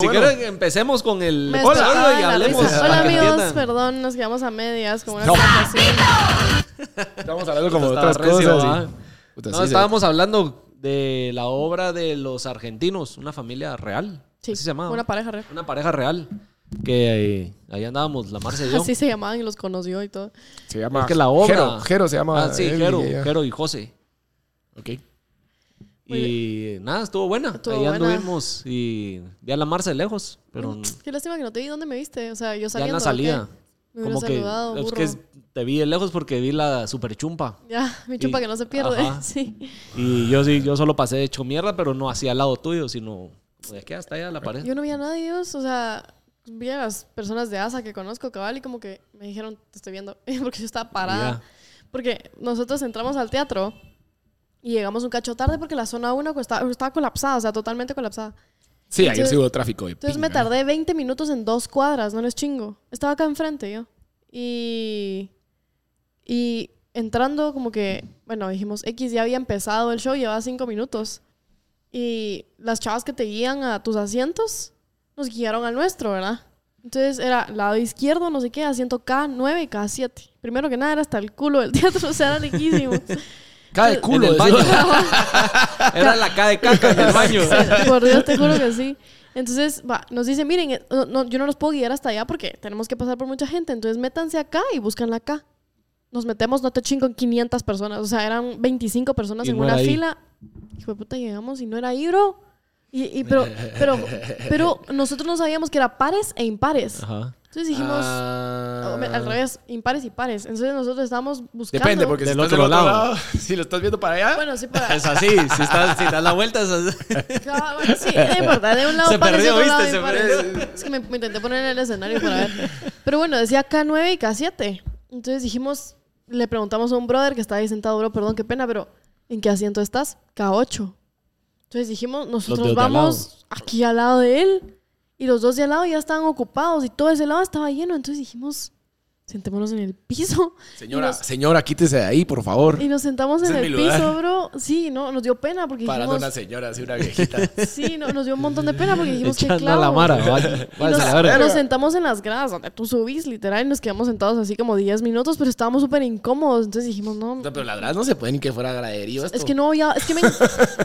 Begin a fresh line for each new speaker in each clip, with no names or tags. Si
acuerdo.
quieren, empecemos con el.
Me
Hola,
estaba
y
en la
hablemos.
risa.
para
Hola
que
amigos,
entiendan.
perdón, nos quedamos a medias con una
No.
conversación.
Estamos hablando como de
Estaba
otras
recio,
cosas.
¿ah?
y- Puta, sí,
No,
se-
estábamos hablando de la obra de los argentinos, una familia real.
Sí,
así se llamaba.
una pareja real.
Una pareja real. Que eh, ahí andábamos, la Marce y yo.
Así se llamaban y los conoció y todo.
se llama.
es que la obra-
Jero, Jero se llama.
Ah, sí,
él y
Jero,
ella.
Jero y José.
Ok.
Muy
Y nada, estuvo buena.
Estuvo
ahí
buena.
anduvimos y ya la Marce lejos, pero
Qué lástima que no te vi dónde me viste. O sea, yo
Mm. ya en la
saliendo. ¿o qué?
salida.
Me
Como
hubieras
que,
saludado,
es
burro.
que te vi de lejos porque vi la super chumpa.
Ya, mi chupa
Y-
que no se pierde.
ajá.
Sí.
Y yo sí, yo solo pasé hecho mierda, pero no hacia el lado tuyo, sino de aquí hasta allá a la pared.
Yo no vi a nadie, Dios. O sea, vi a las personas de ASA que conozco, cabal, y como que me dijeron, te estoy viendo. Porque yo estaba parada. Porque nosotros entramos al teatro y llegamos un cacho tarde porque la zona 1 estaba, estaba colapsada, o sea, totalmente colapsada.
Sí, ayer
Entonces-
sí hubo tráfico. de
Entonces me
pinga.
tardé 20 minutos en dos cuadras, no les chingo. Estaba acá enfrente yo. Y. Y entrando, como que. Bueno, dijimos X, ya había empezado el show, llevaba 5 minutos. Y las chavas que te guían a tus asientos nos guiaron al nuestro, ¿verdad? Entonces era lado izquierdo, no sé qué, asiento K9, K7. Primero que nada era hasta el culo del teatro, o sea, era riquísimo.
Cada de
En
culo.
el baño.
decía.
Era la K de caca en el baño.
Por Dios, te juro que sí. Entonces, va, nos dicen, miren, eh, no- no, yo no los puedo guiar hasta allá porque tenemos que pasar por mucha gente. Entonces, métanse acá y búscanla acá. Nos metemos, no te chingo, en 500 personas. O sea, eran 25 personas
Y
en
no
una
era ahí.
fila. Hijo de puta, llegamos y no era ahí, bro. Y, y pero, pero, pero nosotros no sabíamos que era pares e impares.
Ajá.
Entonces dijimos,
Ah.
oh, me- al revés, impares y pares. Entonces nosotros estábamos buscando.
Depende, porque
Del
si estás
otro
del otro
lado.
lado. si lo estás viendo para allá.
Bueno, sí, para...
Es así, si, estás, si das la vuelta es así.
Ah, bueno, sí, no importa, de un lado
Se
pares,
perdió,
de otro lado
¿viste?
impares.
Se perdió.
Es que me, me intenté poner en el escenario para ver. Pero bueno, decía K9 y K7. Entonces dijimos, le preguntamos a un brother que estaba ahí sentado, bro, perdón, qué pena, pero ¿en qué asiento estás? K8. Entonces dijimos,
de
nosotros
al
vamos aquí al lado de él. Y los dos de al lado ya estaban ocupados y todo ese lado estaba lleno. Entonces dijimos, sentémonos en el piso.
señora,
Y nos-
señora, quítese de ahí, por favor.
Y nos sentamos en
Ese es
el
mi lugar.
piso, bro. Sí, no, nos dio pena porque
Parando una
dijimos...
señora, así una viejita.
Sí, no, nos dio un montón de pena porque dijimos que
Echando a la mara. vaya,
Y
váyase a la
nos,
verga.
nos sentamos en las gradas donde tú subís, literal, y nos quedamos sentados así como 10 minutos, pero estábamos súper incómodos. Entonces dijimos, no,
No, pero las gradas no se pueden ni que fuera graderío.
es que no, ya, es que me,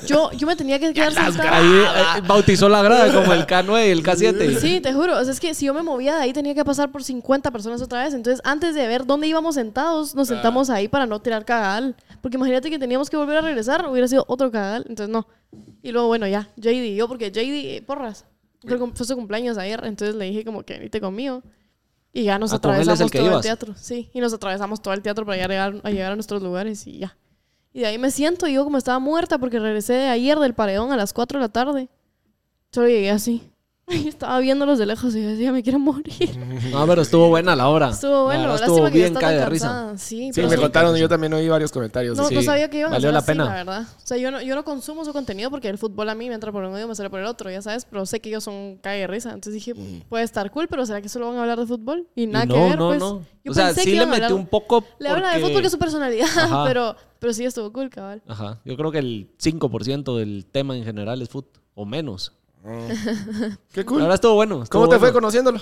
yo, yo me tenía que quedar sentada.
Ahí eh, bautizó la grada como el K9 y el K7.
Sí, te juro, o sea, es que si yo me movía de ahí tenía que pasar por 50 personas otra vez. Entonces, antes de ver dónde íbamos sentados, nos sentamos ahí para no tirar cagal. Porque imagínate que teníamos que volver a regresar, hubiera sido otro cagal. Entonces, no. Y luego, bueno, ya, JD, y yo, porque JD, eh, porras, fue, cum- fue su cumpleaños ayer, entonces le dije como que venite conmigo. Y ya nos
Ah, con él es el
atravesamos
que
todo
ibas.
el teatro. Sí, y nos atravesamos todo el teatro para llegar a llegar a nuestros lugares y ya. Y de ahí me siento, y yo como estaba muerta porque regresé de ayer del paredón a las 4 de la tarde. Solo llegué así. Y estaba viéndolos de lejos y yo decía, me quiero morir.
No, pero estuvo buena la obra.
Estuvo bueno,
La verdad,
lástima que yo estaba
cae
tan
de
cansada. Sí,
Sí,
pero
me
no,
contaron y yo también oí varios comentarios. de
no
sí.
sabía que iban a
Valió
hacer
la
así,
pena.
la verdad. O sea, yo no, yo no consumo su contenido porque el fútbol a mí me entra por un medio, me sale por el otro, ya sabes, pero sé que ellos son cague de risa. Entonces dije, puede estar cool, pero ¿será que solo van a hablar de fútbol? Y nada
no,
que ver,
no,
pues.
no.
Yo
o sea,
pensé
sí
que
le
iban a
metió
hablar-
un poco.
Le hablan de fútbol porque es su personalidad,
Ajá.
pero, pero sí estuvo cool, cabal.
Ajá. Yo creo que el 5% del tema en general es fútbol, o menos.
Qué cool.
La verdad estuvo bueno. estuvo
¿Cómo te fue
bueno.
conociéndolo?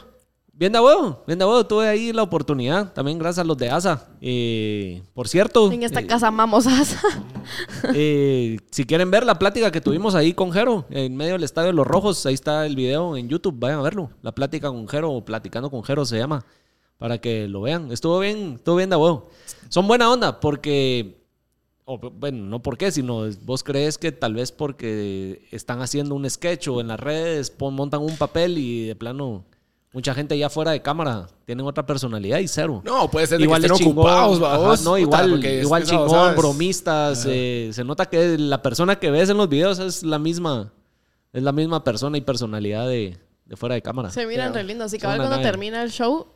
Bien de huevo, bien de huevo. Tuve ahí la oportunidad, también gracias a los de ASA. Eh, por cierto,
En
eh,
esta casa amamos a
eh, si quieren ver la plática que tuvimos ahí con Jero, en medio del Estadio de los Rojos, ahí está el video en YouTube, vayan a verlo. La plática con Jero, o platicando con Jero se llama, para que lo vean. Estuvo bien, estuvo bien de huevo. Son buena onda porque, o, bueno, no porque, sino vos crees que tal vez porque están haciendo un sketch o en las redes pon- montan un papel y de plano... Mucha gente ya fuera de cámara tienen otra personalidad y cero.
No, puede ser de
Igual
que
es
estén
chingón.
ocupados,
Ajá,
babos.
no,
Puta,
igual,
porque es
igual
que esa
chingón,
babosada es-
bromistas. eh, se nota que la persona que ves en los videos es la misma, es la misma persona y personalidad de, de fuera de cámara.
Se miran re lindos.
Son
Y cabal,
una
cuando
nave.
termina el show,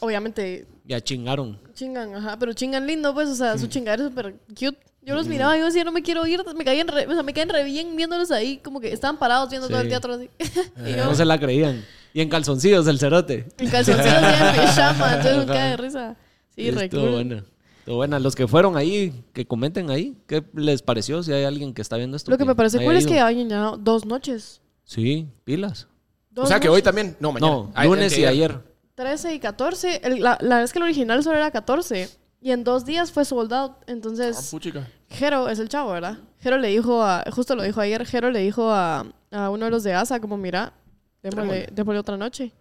obviamente
Ya chingaron.
chingan, ajá, pero chingan lindo, pues, o sea, su chingadera es súper cute. Yo los miraba y yo decía, no me quiero ir, me caían re, o sea, me caen re bien viéndolos ahí, como que estaban parados viendo
Sí.
todo el teatro así. y yo,
No se la creían. Y en calzoncillos el cerote.
en calzoncillos y en pijama, entonces me cae de risa. Sí, re
Estuvo
cool.
buena. Estuvo buena. Los que fueron ahí, que comenten ahí, ¿qué les pareció? Si hay alguien que está viendo esto.
Lo que me parece
haya
cool es
ido.
que hayan ya dos noches.
Sí, pilas.
Dos
O sea que
noches.
hoy también. No, mañana.
No,
Ay,
lunes y
anteayer.
ayer.
13 y 14. el- la, la vez que el original solo era 14. Y en dos días fue sold out.
Ah,
Entonces,
puchica.
Jero es el chavo, ¿verdad? Jero le dijo a. Justo lo dijo ayer. Jero le dijo a, a uno de los de ASA, como, mira, démosle, démosle otra noche.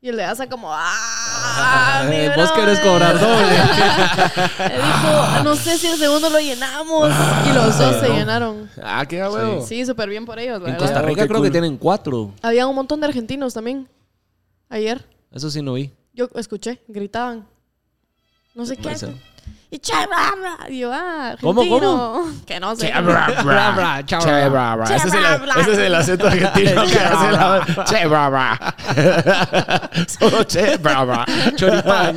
Y el de ASA, como, ¡ah! mi
Eh, vos
brother".
querés cobrar doble.
Le dijo, no sé si el segundo lo llenamos. Y los dos se llenaron.
Ah, qué huevo.
Sí, súper bien por ellos, la
En
verdad.
Costa
Ah,
Rica
qué
creo que
cool.
tienen cuatro.
Había un montón de argentinos también. Ayer.
Eso sí no vi.
Yo escuché, gritaban. No sé qué.
Puede ser.
Y che, bla, bla. Y yo, ah,
¿Cómo,
argentino.
cómo?
Que no sé.
Che, bra, bra. Che, bra, bra.
Che,
Ese es el-
bra, bra.
Ese es el acento argentino que hace la. Che, bra, bra. Solo che, bra, bra.
Choripán.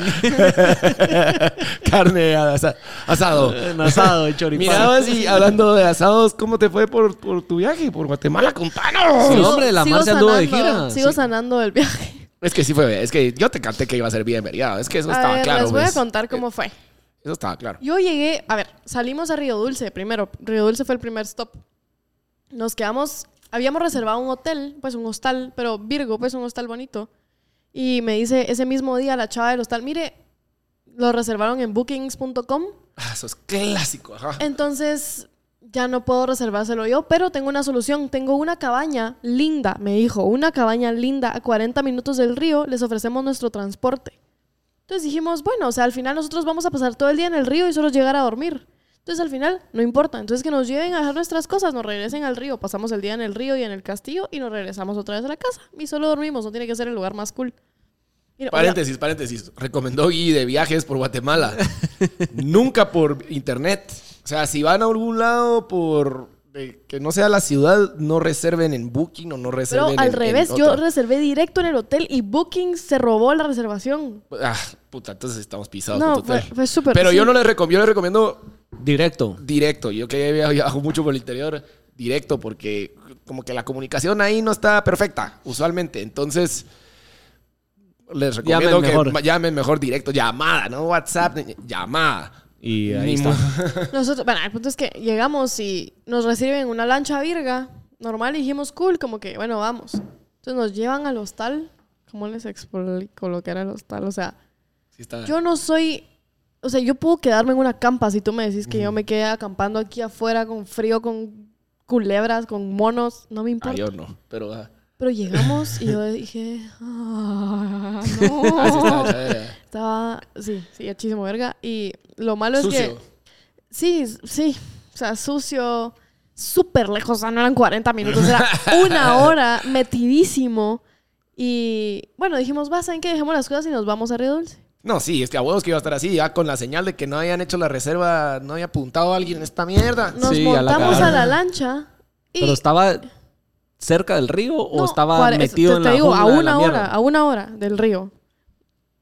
Carne asa- asado.
En asado de choripán.
Mira, vos, y hablando de asados, ¿cómo te fue por, por tu viaje por Guatemala,
Sí,
contanos?
hombre, la
Sigo
Marcia anduvo de
sanando,
gira.
Sigo
Sí.
sanando del viaje.
Es que sí fue, es que yo te canté que iba a ser bien vergueado, es que eso
A
estaba
ver,
claro.
les voy a
pues.
contar cómo fue.
Eso estaba claro.
Yo llegué, a ver, salimos a Río Dulce primero. Río Dulce fue el primer stop. Nos quedamos, habíamos reservado un hotel, pues un hostal, pero Virgo, pues un hostal bonito. Y me dice ese mismo día la chava del hostal, mire, lo reservaron en bookings.com.
Ah, eso es clásico, ajá.
Entonces ya no puedo reservárselo yo, pero tengo una solución. Tengo una cabaña linda, me dijo, una cabaña linda a 40 minutos del río, les ofrecemos nuestro transporte. Entonces dijimos, bueno, o sea, al final nosotros vamos a pasar todo el día en el río y solo llegar a dormir. Entonces al final no importa, entonces que nos lleven a dejar nuestras cosas, nos regresen al río, pasamos el día en el río y en el castillo y nos regresamos otra vez a la casa y solo dormimos, no tiene que ser el lugar más cool. Y-
Paréntesis, paréntesis. Recomendó Gui de viajes por Guatemala. Nunca por internet. O sea, si van a algún lado por eh, que no sea la ciudad, no reserven en Booking o no
Pero
reserven en-
al
en
revés, yo
otra.
reservé directo en el hotel y Booking se robó la reservación.
Ah, puta, entonces estamos pisados.
No,
con tu hotel.
fue- fue súper,
Pero yo
sí.
no le recomiendo, yo le recomiendo
Directo.
directo. Yo que via- viajo mucho por el interior, directo, porque como que la comunicación ahí no está perfecta, usualmente. Entonces, les recomiendo
Llamen
que
mejor.
ma- llamen mejor directo. Llamada, no WhatsApp, ni- llamada.
Y ahí
Ni
está.
mo-
Nosotros, bueno, el punto es que llegamos y nos reciben una lancha virga, normal, y dijimos cool, como que, bueno, vamos. Entonces nos llevan al hostal. ¿Cómo les explico lo que era el hostal? O sea,
Sí está.
yo no soy. O sea, yo puedo quedarme en una campa si tú me decís que yo me quedé acampando aquí afuera con frío, con culebras, con monos, no me
Ah,
importa.
yo no, pero... ah,
Pero llegamos y yo dije, ah,
así está,
no.
ya, ya.
Estaba, sí, sí, hechísimo verga. Y lo malo es que.
Sucio.
Sí, sí. O sea, sucio, súper lejos. O sea, no eran 40 minutos, era una hora metidísimo. Y bueno, dijimos, va, ¿saben qué? Dejemos las cosas y nos vamos a Río Dulce.
No, sí, es que a huevos que iba a estar así, ya con la señal de que no hayan hecho la reserva, no haya apuntado a alguien en esta mierda.
Nos
Sí, a la
montamos a la,
cagada.
lancha. Y
Pero estaba cerca del río o
no,
estaba
cuare-
metido
te,
en
te
la
digo, a
jungla de la
una hora,
mierda?
a una hora del río.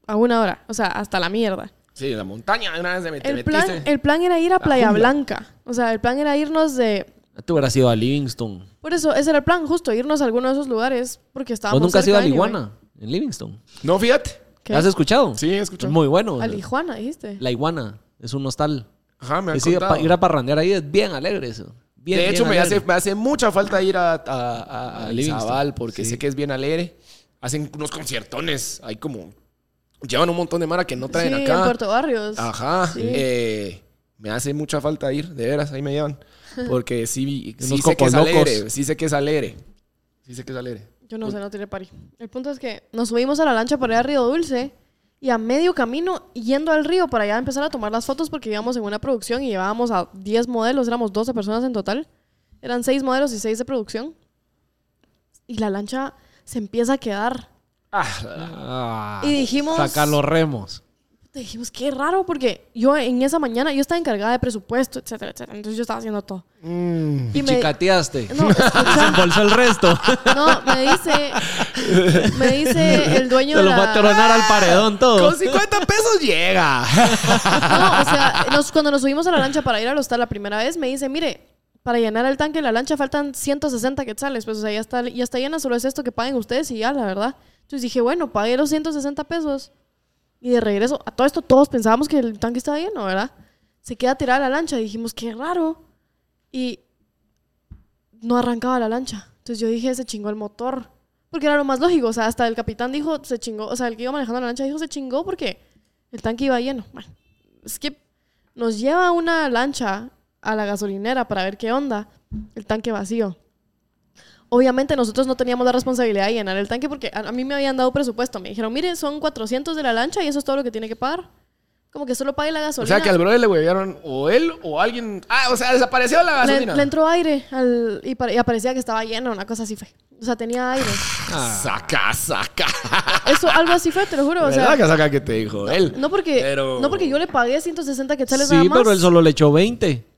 A una hora. O sea, hasta la mierda.
Sí, en la montaña, de una vez me- te
El
metiste.
plan, el plan era ir a Playa Blanca. O sea, el plan era irnos de
Tú hubieras ido a Livingston.
Por eso, ese era el plan, justo irnos a alguno de esos lugares, porque
¿Vos
estábamos.
nunca has ido a
cerca anyway.
Liguana? En Livingston.
No, fíjate.
¿Qué?
¿La has escuchado?
Sí, escuché.
Es muy bueno.
A Lijuana, dijiste.
La iguana. Es un hostal.
Ajá, me han
Es ir, a,
contado.
pa- ir a parrandear ahí es bien alegre eso. Bien,
de
bien
hecho, me
alegre.
hace, me hace mucha falta ir a, a, a- a
A Livingston.
Izabal porque
Sí.
sé que es bien alegre. Hacen unos conciertones. Hay como. Llevan un montón de mara que no traen
sí, en
acá.
Puerto Barrios.
Ajá.
Sí.
eh, me hace mucha falta ir, de veras, ahí me llevan. Porque sí, sí
Unos
sé que es
cocolocos.
alegre. Sí sé que es alegre. Sí sé que es alegre.
Yo no sé, no tiene pari. El punto es que nos subimos a la lancha para ir a Río Dulce y a medio camino, yendo al río para allá empezar a tomar las fotos porque íbamos en una producción y llevábamos a 10 modelos, éramos 12 personas en total. Eran 6 modelos y 6 de producción. Y la lancha se empieza a quedar.
Ah,
Y dijimos-
Sacar los remos.
Te dijimos, qué raro, porque yo en esa mañana, yo estaba encargada de presupuesto, etcétera, etcétera. Entonces yo estaba haciendo todo.
Mm,
Y chicateaste.
No, escucha,
Embolsó el resto.
no, me dice, me dice el
Se
dueño de
lo va a
la...
tronar al paredón todo.
Con 50 pesos llega.
No, o sea, nos- cuando nos subimos a la lancha para ir al hostal la primera vez, me dice, mire, para llenar el tanque de la lancha faltan 160 quetzales, pues, o sea, ya está, ya está llena, solo es esto que paguen ustedes y ya, la verdad. Entonces dije, bueno, pagué los 160 pesos. Y de regreso, a todo esto todos pensábamos que el tanque estaba lleno, ¿verdad? Se queda tirada la lancha y dijimos, qué raro. Y no arrancaba la lancha. Entonces yo dije, se chingó el motor. Porque era lo más lógico. O sea, hasta el capitán dijo, se chingó. O sea, el que iba manejando la lancha dijo, se chingó porque el tanque iba lleno. Bueno, es que nos lleva una lancha a la gasolinera para ver qué onda. El tanque vacío. Obviamente nosotros no teníamos la responsabilidad de llenar el tanque porque a, a mí me habían dado presupuesto. Me dijeron, mire, son 400 de la lancha y eso es todo lo que tiene que pagar. Como que solo pague la
O
gasolina.
sea, que al brother le huevearon o él o alguien. Ah, o sea, desapareció la
le,
gasolina.
le entró aire al- y, pare- y aparecía que estaba lleno, una cosa así fue. O sea, tenía aire.
Ah, Saca, saca.
Eso, algo así fue, te lo juro. O
¿Verdad
sea,
que saca que te dijo él?
no porque,
Pero-
no porque yo le pagué 160 quetzales nada
Sí,
más.
pero Ah, él solo le echó 20.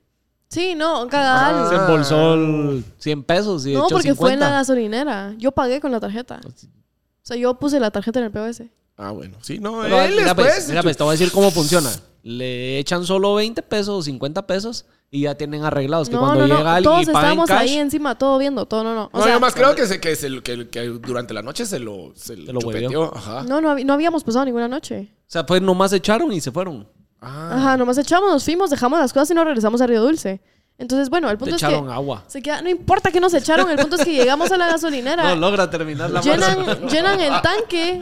Sí, no, cagadal.
Ah.
Se embolsó el 100 pesos y
no,
echó
porque fue en la
50.
gasolinera. Yo pagué con la tarjeta.
Pues
O sea, yo puse la tarjeta en el POS.
Ah, bueno. Sí, no,
Pero,
él
mira,
después.
pues, mira, pues, te voy a decir cómo funciona. Le echan solo 20 pesos o 50 pesos y ya tienen arreglados. Que
No,
cuando
no, no.
llega alguien
Todos
y paga en
estábamos
cash,
ahí encima, todo viendo, todo, no, no. O
no,
sea,
yo más creo que, se, que, se lo- que- que durante la noche se lo, se
lo huevió.
chupeteó. Ajá.
no, no, habi- no habíamos pasado ninguna noche.
o sea, pues nomás echaron y se fueron.
Ah.
Ajá, nomás echamos, nos fuimos, dejamos las cosas y nos regresamos a Río Dulce. Entonces, bueno, el
Te
punto es que...
echaron agua.
Se queda, no importa que nos echaron, el punto es que llegamos a la gasolinera,
No logra terminar la marcha.
llenan, llenan el tanque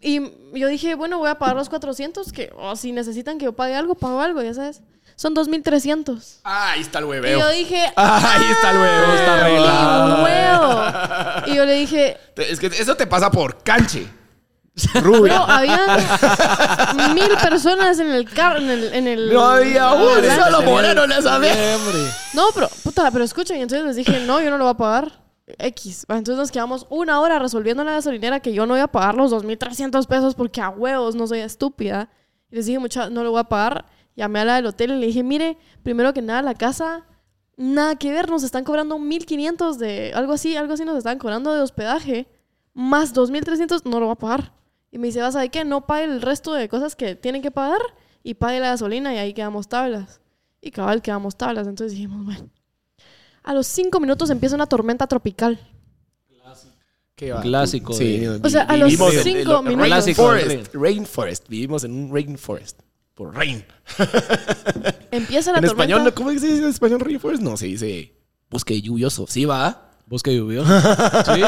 y yo dije, bueno, voy a pagar los 400, que o si necesitan que yo pague algo, pago algo, ya sabes. Son 2.300.
Ah, ahí está el
Y
hueveo.
yo dije,
Ahí está el hueveo. Está
¡ay,
arreglado.
huevo! Y yo le dije,
Es que eso te pasa por canche.
bro,
Rubia.
había mil personas en el carro, en el... en el-
No había
en la
un
lancha.
solo moreno en esa vez.
No, pero, puta, pero escuchen. Entonces les dije, no, yo no lo voy a pagar. X. Va, Entonces nos quedamos una hora resolviendo en la gasolinera que yo no iba a pagar los 2.300 pesos porque a huevos no soy estúpida. Y les dije, mucha, no lo voy a pagar. Llamé a la del hotel y le dije, mire, primero que nada, la casa, nada que ver, nos están cobrando 1.500 de algo así, algo así nos están cobrando de hospedaje, más 2.300, no lo voy a pagar. Y me dice, ¿vas a qué? No pague el resto de cosas que tienen que pagar y pague la gasolina y ahí quedamos tablas. Y cabal, quedamos tablas. Entonces dijimos, bueno. A los cinco minutos empieza una tormenta tropical.
Clásico.
Sí,
de-
O sea, a los
vivimos en-
cinco
en lo-
minutos.
Rainforest, rainforest. Vivimos en un rainforest. Por rain.
Empieza la
En
tormenta.
español, ¿cómo se dice en español rainforest? No, se dice bosque lluvioso. Sí, va.
Bosque lluvioso. sí.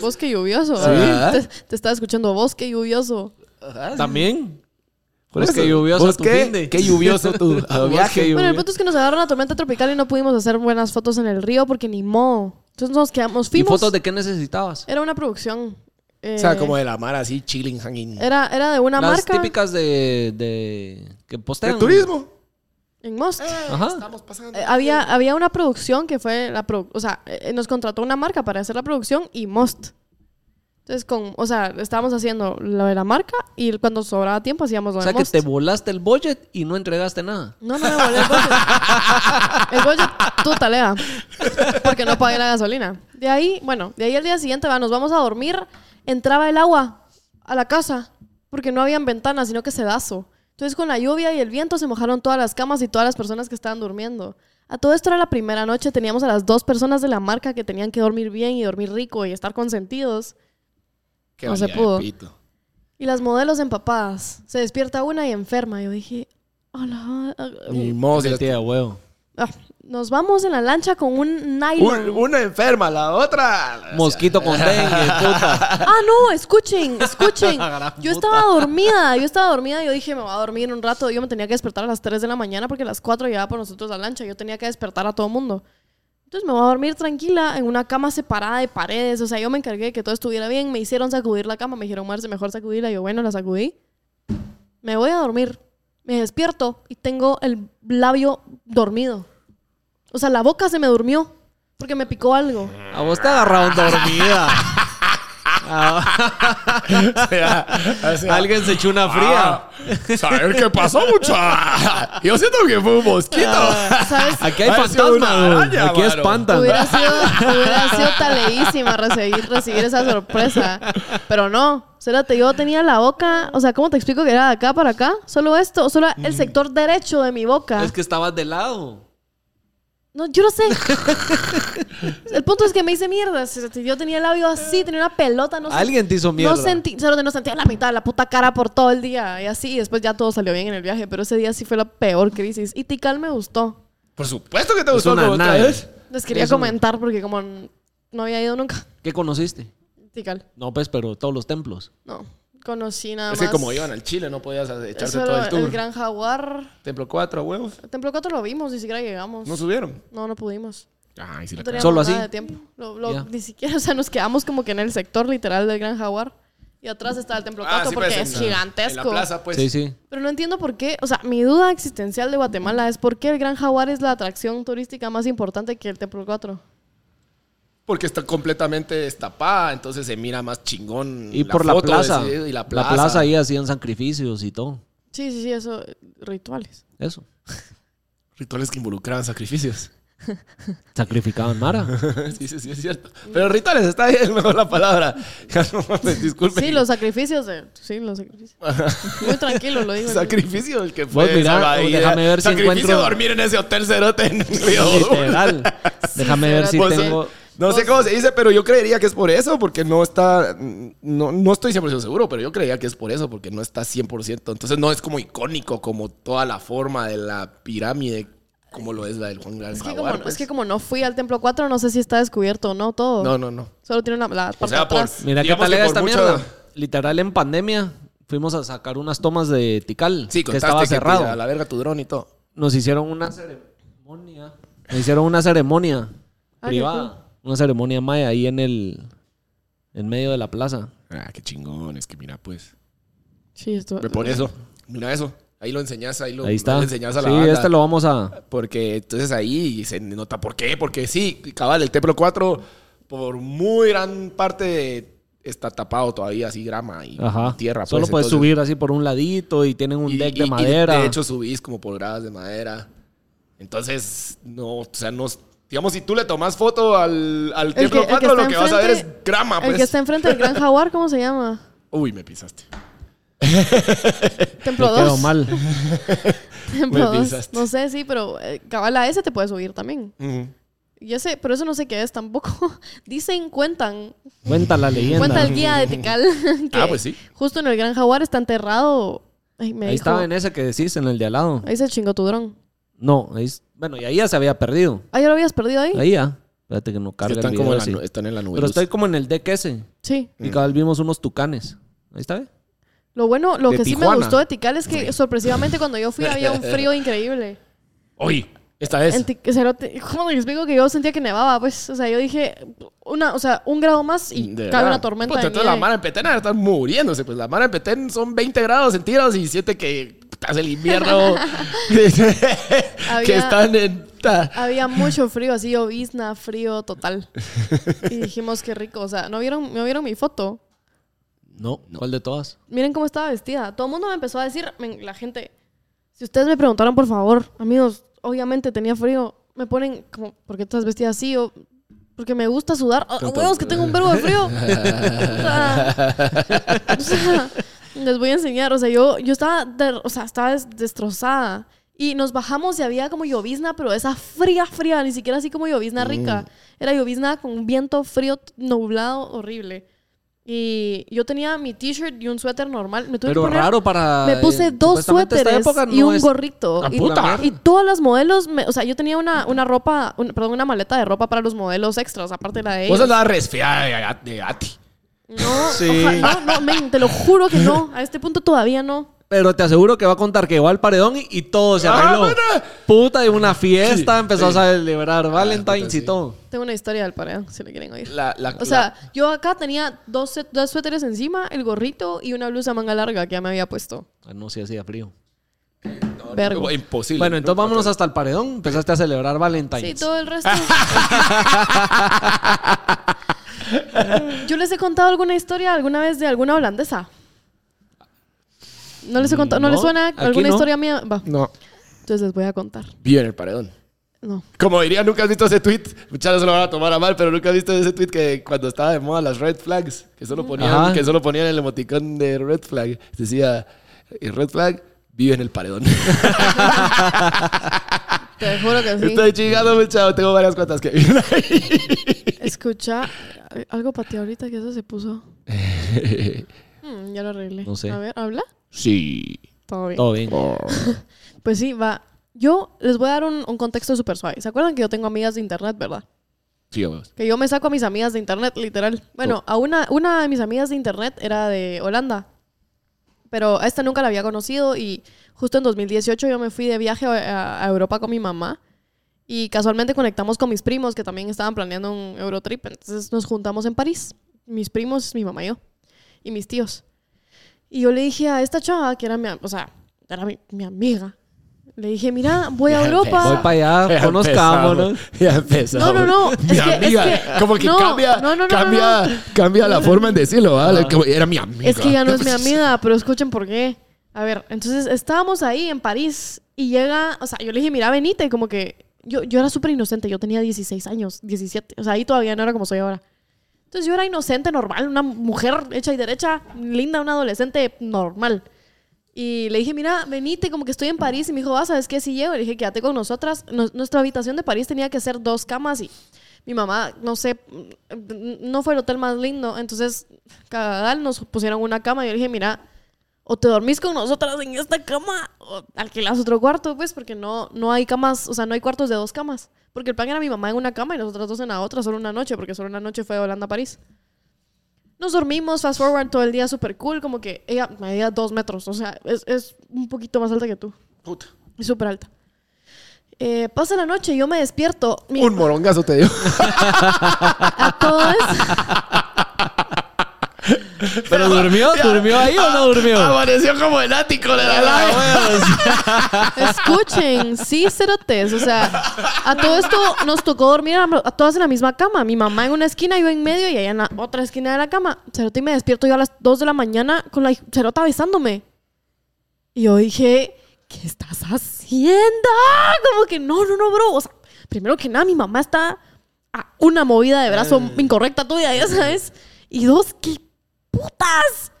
Bosque lluvioso.
Sí. Ah.
Te, te estaba escuchando, bosque lluvioso.
También.
Por
Bosque
eso,
lluvioso.
bosque,
tu finde.
Qué lluvioso tu a
Bosque
viaje.
lluvioso.
Bueno, el punto es que nos agarró una tormenta tropical y no pudimos hacer buenas fotos en el río porque ni modo. Entonces nos quedamos,
¿Y
fuimos.
fotos de qué necesitabas?
Era una producción. eh,
O sea, como de la mar así, chilling, hanging.
era, era de una
Las
marca
típicas de, de- que postean.
¿De turismo?
en Most.
Ajá.
Estamos pasando.
Eh, había, había una producción que fue la produ- o sea, eh, nos contrató una marca para hacer la producción y Most. Entonces, con, o sea, estábamos haciendo lo de la marca y cuando sobraba tiempo hacíamos lo
O
de
sea que
Most.
te volaste el budget y no entregaste nada.
No, no me volé el budget. El budget, tú talea. Porque no pagué la gasolina. De ahí, bueno, de ahí al día siguiente va, nos vamos a dormir. Entraba el agua a la casa. Porque no habían ventanas, sino que sedazo. Entonces con la lluvia y el viento se mojaron todas las camas y todas las personas que estaban durmiendo. A todo esto era la primera noche. Teníamos a las dos personas de la marca que tenían que dormir bien y dormir rico y estar consentidos. no se pudo. Y las modelos empapadas. Se despierta una y enferma. Yo dije, hola. ah, ah,
Ni modo, si
Sí,
las-
tía, huevo.
Ah, nos vamos en la lancha con un
Un-
nylon.
una enferma, la otra. o sea,
Mosquito con dengue, puta.
Ah, no, escuchen, escuchen.
La gran
Yo estaba dormida, yo estaba dormida. Yo dije, me voy a dormir un rato. Yo me tenía que despertar a las 3 de la mañana porque a las 4 llegaba por nosotros la lancha. Yo tenía que despertar a todo mundo. Entonces me voy a dormir tranquila en una cama separada de paredes. O sea, yo me encargué de que todo estuviera bien. Me hicieron sacudir la cama. Me dijeron, Marce, mejor sacudirla. Yo, bueno, la sacudí. Me voy a dormir. Me despierto y tengo el labio dormido. O sea, la boca se me durmió porque me picó algo.
A vos te agarraron
Ah,
dormida. A-
o sea, o sea,
Alguien se echó una fría.
ah, ¿Saber qué pasó, mucha? Yo siento que fue un mosquito.
¿Sabes?
Aquí hay
Ha sido
fantasmas.
una
dude.
araña,
Aquí
mano.
espantan.
Hubiera sido, hubiera sido taleísima recibir, recibir esa sorpresa. Pero no, Cérate, yo tenía la boca. O sea, ¿cómo te explico que era de acá para acá? Solo esto, solo el sector derecho de mi boca.
Mm. Es que estabas de lado.
No, yo no sé. el punto es que me hice mierda. Cérate, Yo tenía el labio así, tenía una pelota, no sé.
Alguien te hizo mierda.
No sentí, solo no sentía la mitad de la puta cara por todo el día y así. Y después ya todo salió bien en el viaje, pero ese día sí fue la peor crisis. Y Tikal me gustó.
Por supuesto que te
Es
gustó
una
como otra
nave.
vez.
Les quería
Eso-
comentar porque como n- no había ido nunca.
¿Qué conociste?
Tical.
No, pues, pero todos los templos.
No, conocí nada
Es
más.
que como iban al Chile, no podías echarse
Solo
todo el tour.
Gran Jaguar.
Templo 4, huevos.
El Templo 4 lo vimos, ni siquiera llegamos.
No subieron.
No, no pudimos.
Ay, sí
No
la
teníamos
¿Solo
nada
así?
de tiempo. Lo- lo-
Ya.
Ni siquiera, o sea, nos quedamos como que en el sector literal del Gran Jaguar. Y atrás está el
Ah,
Templo 4 porque es gigantesco.
En la plaza, pues.
sí, sí.
Pero no entiendo por qué, o sea, mi duda existencial de Guatemala es por qué el Gran Jaguar es la atracción turística más importante que el Templo 4.
Porque está completamente destapada, entonces se mira más chingón.
Y por la
foto
plaza.
de- y la plaza.
La plaza ahí hacían sacrificios y todo.
Sí, sí, sí, eso, eh, rituales.
Eso.
Rituales que involucraban sacrificios.
Sacrificaban Mara.
sí, sí, sí, es cierto. Pero rituales, está bien, mejor la palabra. Ya no mames, disculpen.
Sí, los sacrificios de... Sí, los sacrificios. Muy tranquilo lo digo.
Sacrificio el que fue.
Vos mirá,
Salvadilla.
déjame ver si
Sacrificio
encuentro-
dormir en ese hotel cerote en Río Duro.
Literal. Déjame ver si
Vos-
tengo.
No
Pues-
sé cómo se dice, pero yo creería que es por eso, porque no está. No, no estoy 100% seguro, pero yo creería que es por eso, porque no está 100%. Entonces no es como icónico, como toda la forma de la pirámide, como lo es la del Juan Gran
Es que, como,
Jaguar,
es
pues.
que como no fui al Templo 4, no sé si está descubierto o no todo.
No, no, no.
Solo tiene una, la parte
sea,
de atrás.
por-
Mira qué
Digamos
tal
que
era
por
esta
mucha-
mierda. Literal, en pandemia fuimos a sacar unas tomas de Tikal
Sí,
que
contaste
estaba
te-
cerrado.
a la verga tu dron y todo.
Nos hicieron una ceremonia. Nos hicieron una ceremonia
Ah, qué
privada. Una ceremonia maya ahí en el. En medio de la plaza.
Ah, qué chingón, es que mira, pues.
Sí, esto...
Ve Por eso, mira eso. Ahí lo enseñás, ahí lo,
Ahí está.
lo enseñás a la
sí,
banda.
este lo vamos a.
Porque entonces ahí se nota por qué. Porque sí, cabal, el Templo 4 por muy gran parte de- está tapado todavía, así grama y
Ajá.
tierra. pues,
Solo puedes
entonces-
subir así por un ladito y tienen un
y-
deck
y-
de
y
madera.
de hecho subís como por gradas de madera. Entonces, no, o sea, no... Digamos, si tú le tomas foto al, al
El que-
Templo
el que
4,
está
lo que vas a ver es
enfrente-
grama,
El
pues.
que está enfrente del Gran Jaguar, ¿cómo se llama?
Uy, me pisaste.
Me
Templo 2.
quedo mal.
Templo
Me
2.
pisaste.
No sé, sí, pero eh, cabal a ese te puedes subir también.
Ujú.
Yo sé, pero eso no sé qué es tampoco. Dicen, cuentan,
Cuenta la leyenda.
cuenta el guía de Tikal que
Ah, pues sí.
justo en el Gran Jaguar está enterrado. Ay, me
Ahí
dijo-
estaba en ese que decís, en el de al lado.
ahí se chingó tu dron.
No, ahí es- bueno, y ahí ya se había perdido.
Ah, ¿ya lo habías perdido ahí?
Ahí ya. Espérate que no
Es
cargue
que
el
están,
video
como en la,
así.
nu- están Mm. en la nube.
Pero
luz.
estoy como en el deck ese.
Sí.
Y cada vez vimos unos tucanes. Ahí está, ¿ve?
Lo bueno, lo
De
que sí
Tijuana.
me gustó de Tikal es que sorpresivamente cuando yo fui había un frío increíble.
Oye, esta vez.
En Tic- o sea, no te- ¿Cómo les explico que yo sentía que nevaba? Pues, o sea, yo dije, una, o sea, un grado más y
De
cae
verdad.
una tormenta
Puta,
de
entonces
nieve.
la mara en Petén ahora están muriéndose. Pues la mara en Petén son 20 grados centígrados y 7 que estás el invierno. que
Había-
están en. ta-
Había mucho frío, así llovizna, frío total. Y dijimos, qué rico. O sea, ¿no vieron, ¿no vieron mi foto?
No, ¿cuál de todas?
Miren cómo estaba vestida. Todo el mundo me empezó a decir, men, la gente, si ustedes me preguntaron, por favor, amigos, obviamente tenía frío, me ponen como, ¿por qué estás vestida así? O, porque me gusta sudar. Ah, huevos, que tengo un verbo de frío. O sea, o sea, les voy a enseñar. O sea, yo, yo estaba, de- o sea, estaba des- destrozada. Y nos bajamos y había como llovizna, pero esa fría, fría, ni siquiera así como llovizna rica. Era llovizna con un viento frío, nublado, horrible. Y yo tenía mi t-shirt y un suéter normal. Me tuve
Pero
que poner-
raro para.
Me puse
eh,
dos
supuestamente esta
suéteres
época
y
no
un
es-
gorrito.
¡Ah,
Y,
puta!
y todas las modelos, me- o sea, yo tenía una, una ropa, un- perdón, una maleta de ropa para los modelos extras, aparte de la de
Vos
ellos.
andabas resfriada de, a- de Ati.
No,
Sí.
oja- no, no, men, te lo juro que no. A este punto todavía no.
Pero te aseguro que va a contar que va al paredón y, y todo se
Ah,
arregló.
bueno.
Puta, de una fiesta, empezó
sí. Ah,
a celebrar Valentine's
sí.
y todo.
Tengo una historia del pareón, si le quieren oír.
La, la,
O sea, yo acá tenía dos, sue- dos suéteres encima, el gorrito y una blusa manga larga que ya me había puesto.
Ah, no, sí hacía frío.
la-
Vergo.
imposible.
bueno, entonces vámonos hasta el paredón. Empezaste a celebrar Valentine's.
Sí, todo el resto. Mm, Yo les he contado alguna historia alguna vez de alguna holandesa. No les he contado, no, les
No,
suena
aquí
alguna
no.
historia mía. Va,
No.
entonces les voy a contar.
Bien, el paredón.
No.
Como diría, nunca has visto ese tweet. Muchas veces lo van a tomar a mal, pero nunca has visto ese tweet que cuando estaba de moda las red flags, que solo ponían,
Ajá.
que solo ponían el emoticón de red flag. Decía, "El red flag vive en el paredón.
Te juro que sí.
Estoy chingándome, chavo. Tengo varias cuantas que viven ahí.
Escucha, eh, algo para ti ahorita que eso se puso. Mm, ya lo arreglé.
No sé.
A ver, habla.
Sí.
Todo bien.
Todo bien.
Pues sí, va. Yo les voy a dar un, un contexto súper suave. ¿Se acuerdan que yo tengo amigas de internet, verdad?
Sí, a huevos.
Que yo me saco a mis amigas de internet, literal. Bueno, a una, una de mis amigas de internet era de Holanda. Pero a esta nunca la había conocido y justo en 2018 yo me fui de viaje a, a Europa con mi mamá. Y casualmente conectamos con mis primos que también estaban planeando un Eurotrip. Entonces nos juntamos en París. Mis primos, mi mamá y yo. Y mis tíos. Y yo le dije a esta chava, que era mi, am- o sea, era mi, mi amiga. Le dije, mira, voy a
Ya
Europa.
empezó.
Voy para allá,
Ya
conozcámonos.
empezamos, Ya empezamos.
Ah, No, no, no, es
Mi
que- es
amiga.
que-
como que
no,
cambia,
no, no, no,
cambia, cambia la forma en decirlo. ¿va?
Ah.
Como, Era mi amiga. pues
Es que ya no es mi amiga, pero escuchen por qué. A ver, entonces estábamos ahí en París y llega, o sea, yo le dije, mira, venite, y como que yo, yo era súper inocente, yo tenía 16 años, 17, o sea, ahí todavía no era como soy ahora. Entonces yo era inocente, normal, una mujer hecha y derecha, linda, una adolescente normal. Y le dije, mira, venite, como que estoy en París. Y me dijo, ah, ¿sabes qué? Si llego. Le dije, quédate con nosotras. Nos- nuestra habitación de París tenía que ser dos camas y mi mamá, no sé, mm, no fue el hotel más lindo. Entonces, cagadal, nos pusieron una cama. Y yo le dije, mira, o te dormís con nosotras en esta cama o alquilas otro cuarto, pues, porque no, no hay camas, o sea, no hay cuartos de dos camas. Porque el plan era mi mamá en una cama y nosotras dos en la otra, solo una noche, porque solo una noche fue de Holanda a París. Nos dormimos, fast forward todo el día, súper cool, como que ella medía dos metros, o sea, es, es un poquito más alta que tú,
Puta.
es súper alta. Eh, pasa la noche, yo me despierto. mi-
Un morongazo te dio.
a todo esto-
Pero durmió, durmió ahí o no durmió.
Apareció como el ático de la live.
Escuchen, sí, cerotes. O sea, a todo esto nos tocó dormir a, a todas en la misma cama. Mi mamá en una esquina, yo en medio y ella en la otra esquina de la cama. Cerote, y me despierto yo a las 2 de la mañana con la hij- cerota besándome. Y yo dije, ¿qué estás haciendo? Como que no, no, no, bro. O sea, primero que nada, mi mamá está a una movida de brazo incorrecta tuya, ya sabes. Y dos, ¿qué putas?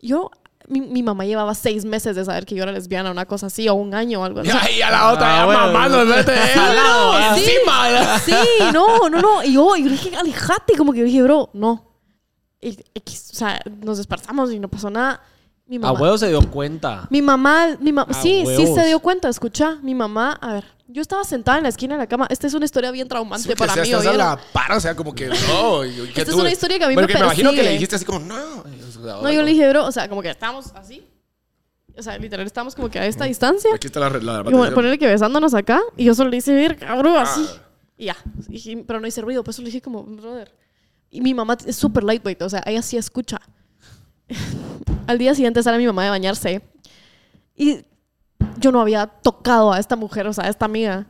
Yo, mi, mi mamá llevaba seis meses de saber que yo era lesbiana, una cosa así, o un año o algo así.
Y a la otra,
Ah,
ya
bueno.
mamando, enfrente de ella, al lado,
no, sí.
encima. ¿verdad?
Sí, no, no, no. Y yo, y yo dije, alejate. Como que yo dije, bro, no. Y, X, o sea, nos despertamos y no pasó nada. Mi
A
mamá.
huevo se dio cuenta.
Mi mamá, mi
Ah,
mamá,
A
sí, sí
huevos.
se dio cuenta, escucha, mi mamá, a ver, yo estaba sentada en la esquina de la cama, esta es una historia bien traumante
Sí, que
para
sea,
mí,
estás a
¿oyeron?
la par, o sea, como que no. y- y que
Esta es
tú-
una historia que a mí me
Porque me imagino que le
persigue.
dijiste así como, no.
No, yo le dije, bro, o sea, como que estábamos así, o sea, literal, estábamos como que a esta distancia,
Aquí está la la-
y como
la-
ponerle que besándonos acá, y yo solo le hice, ver, cabrón, así,
Ah.
y ya, Y dije, pero no hice ruido, pues solo le dije como, brother, y mi mamá es súper lightweight, o sea, ella sí escucha. Al día siguiente sale mi mamá de bañarse, y yo no había tocado a esta mujer, o sea, a esta amiga.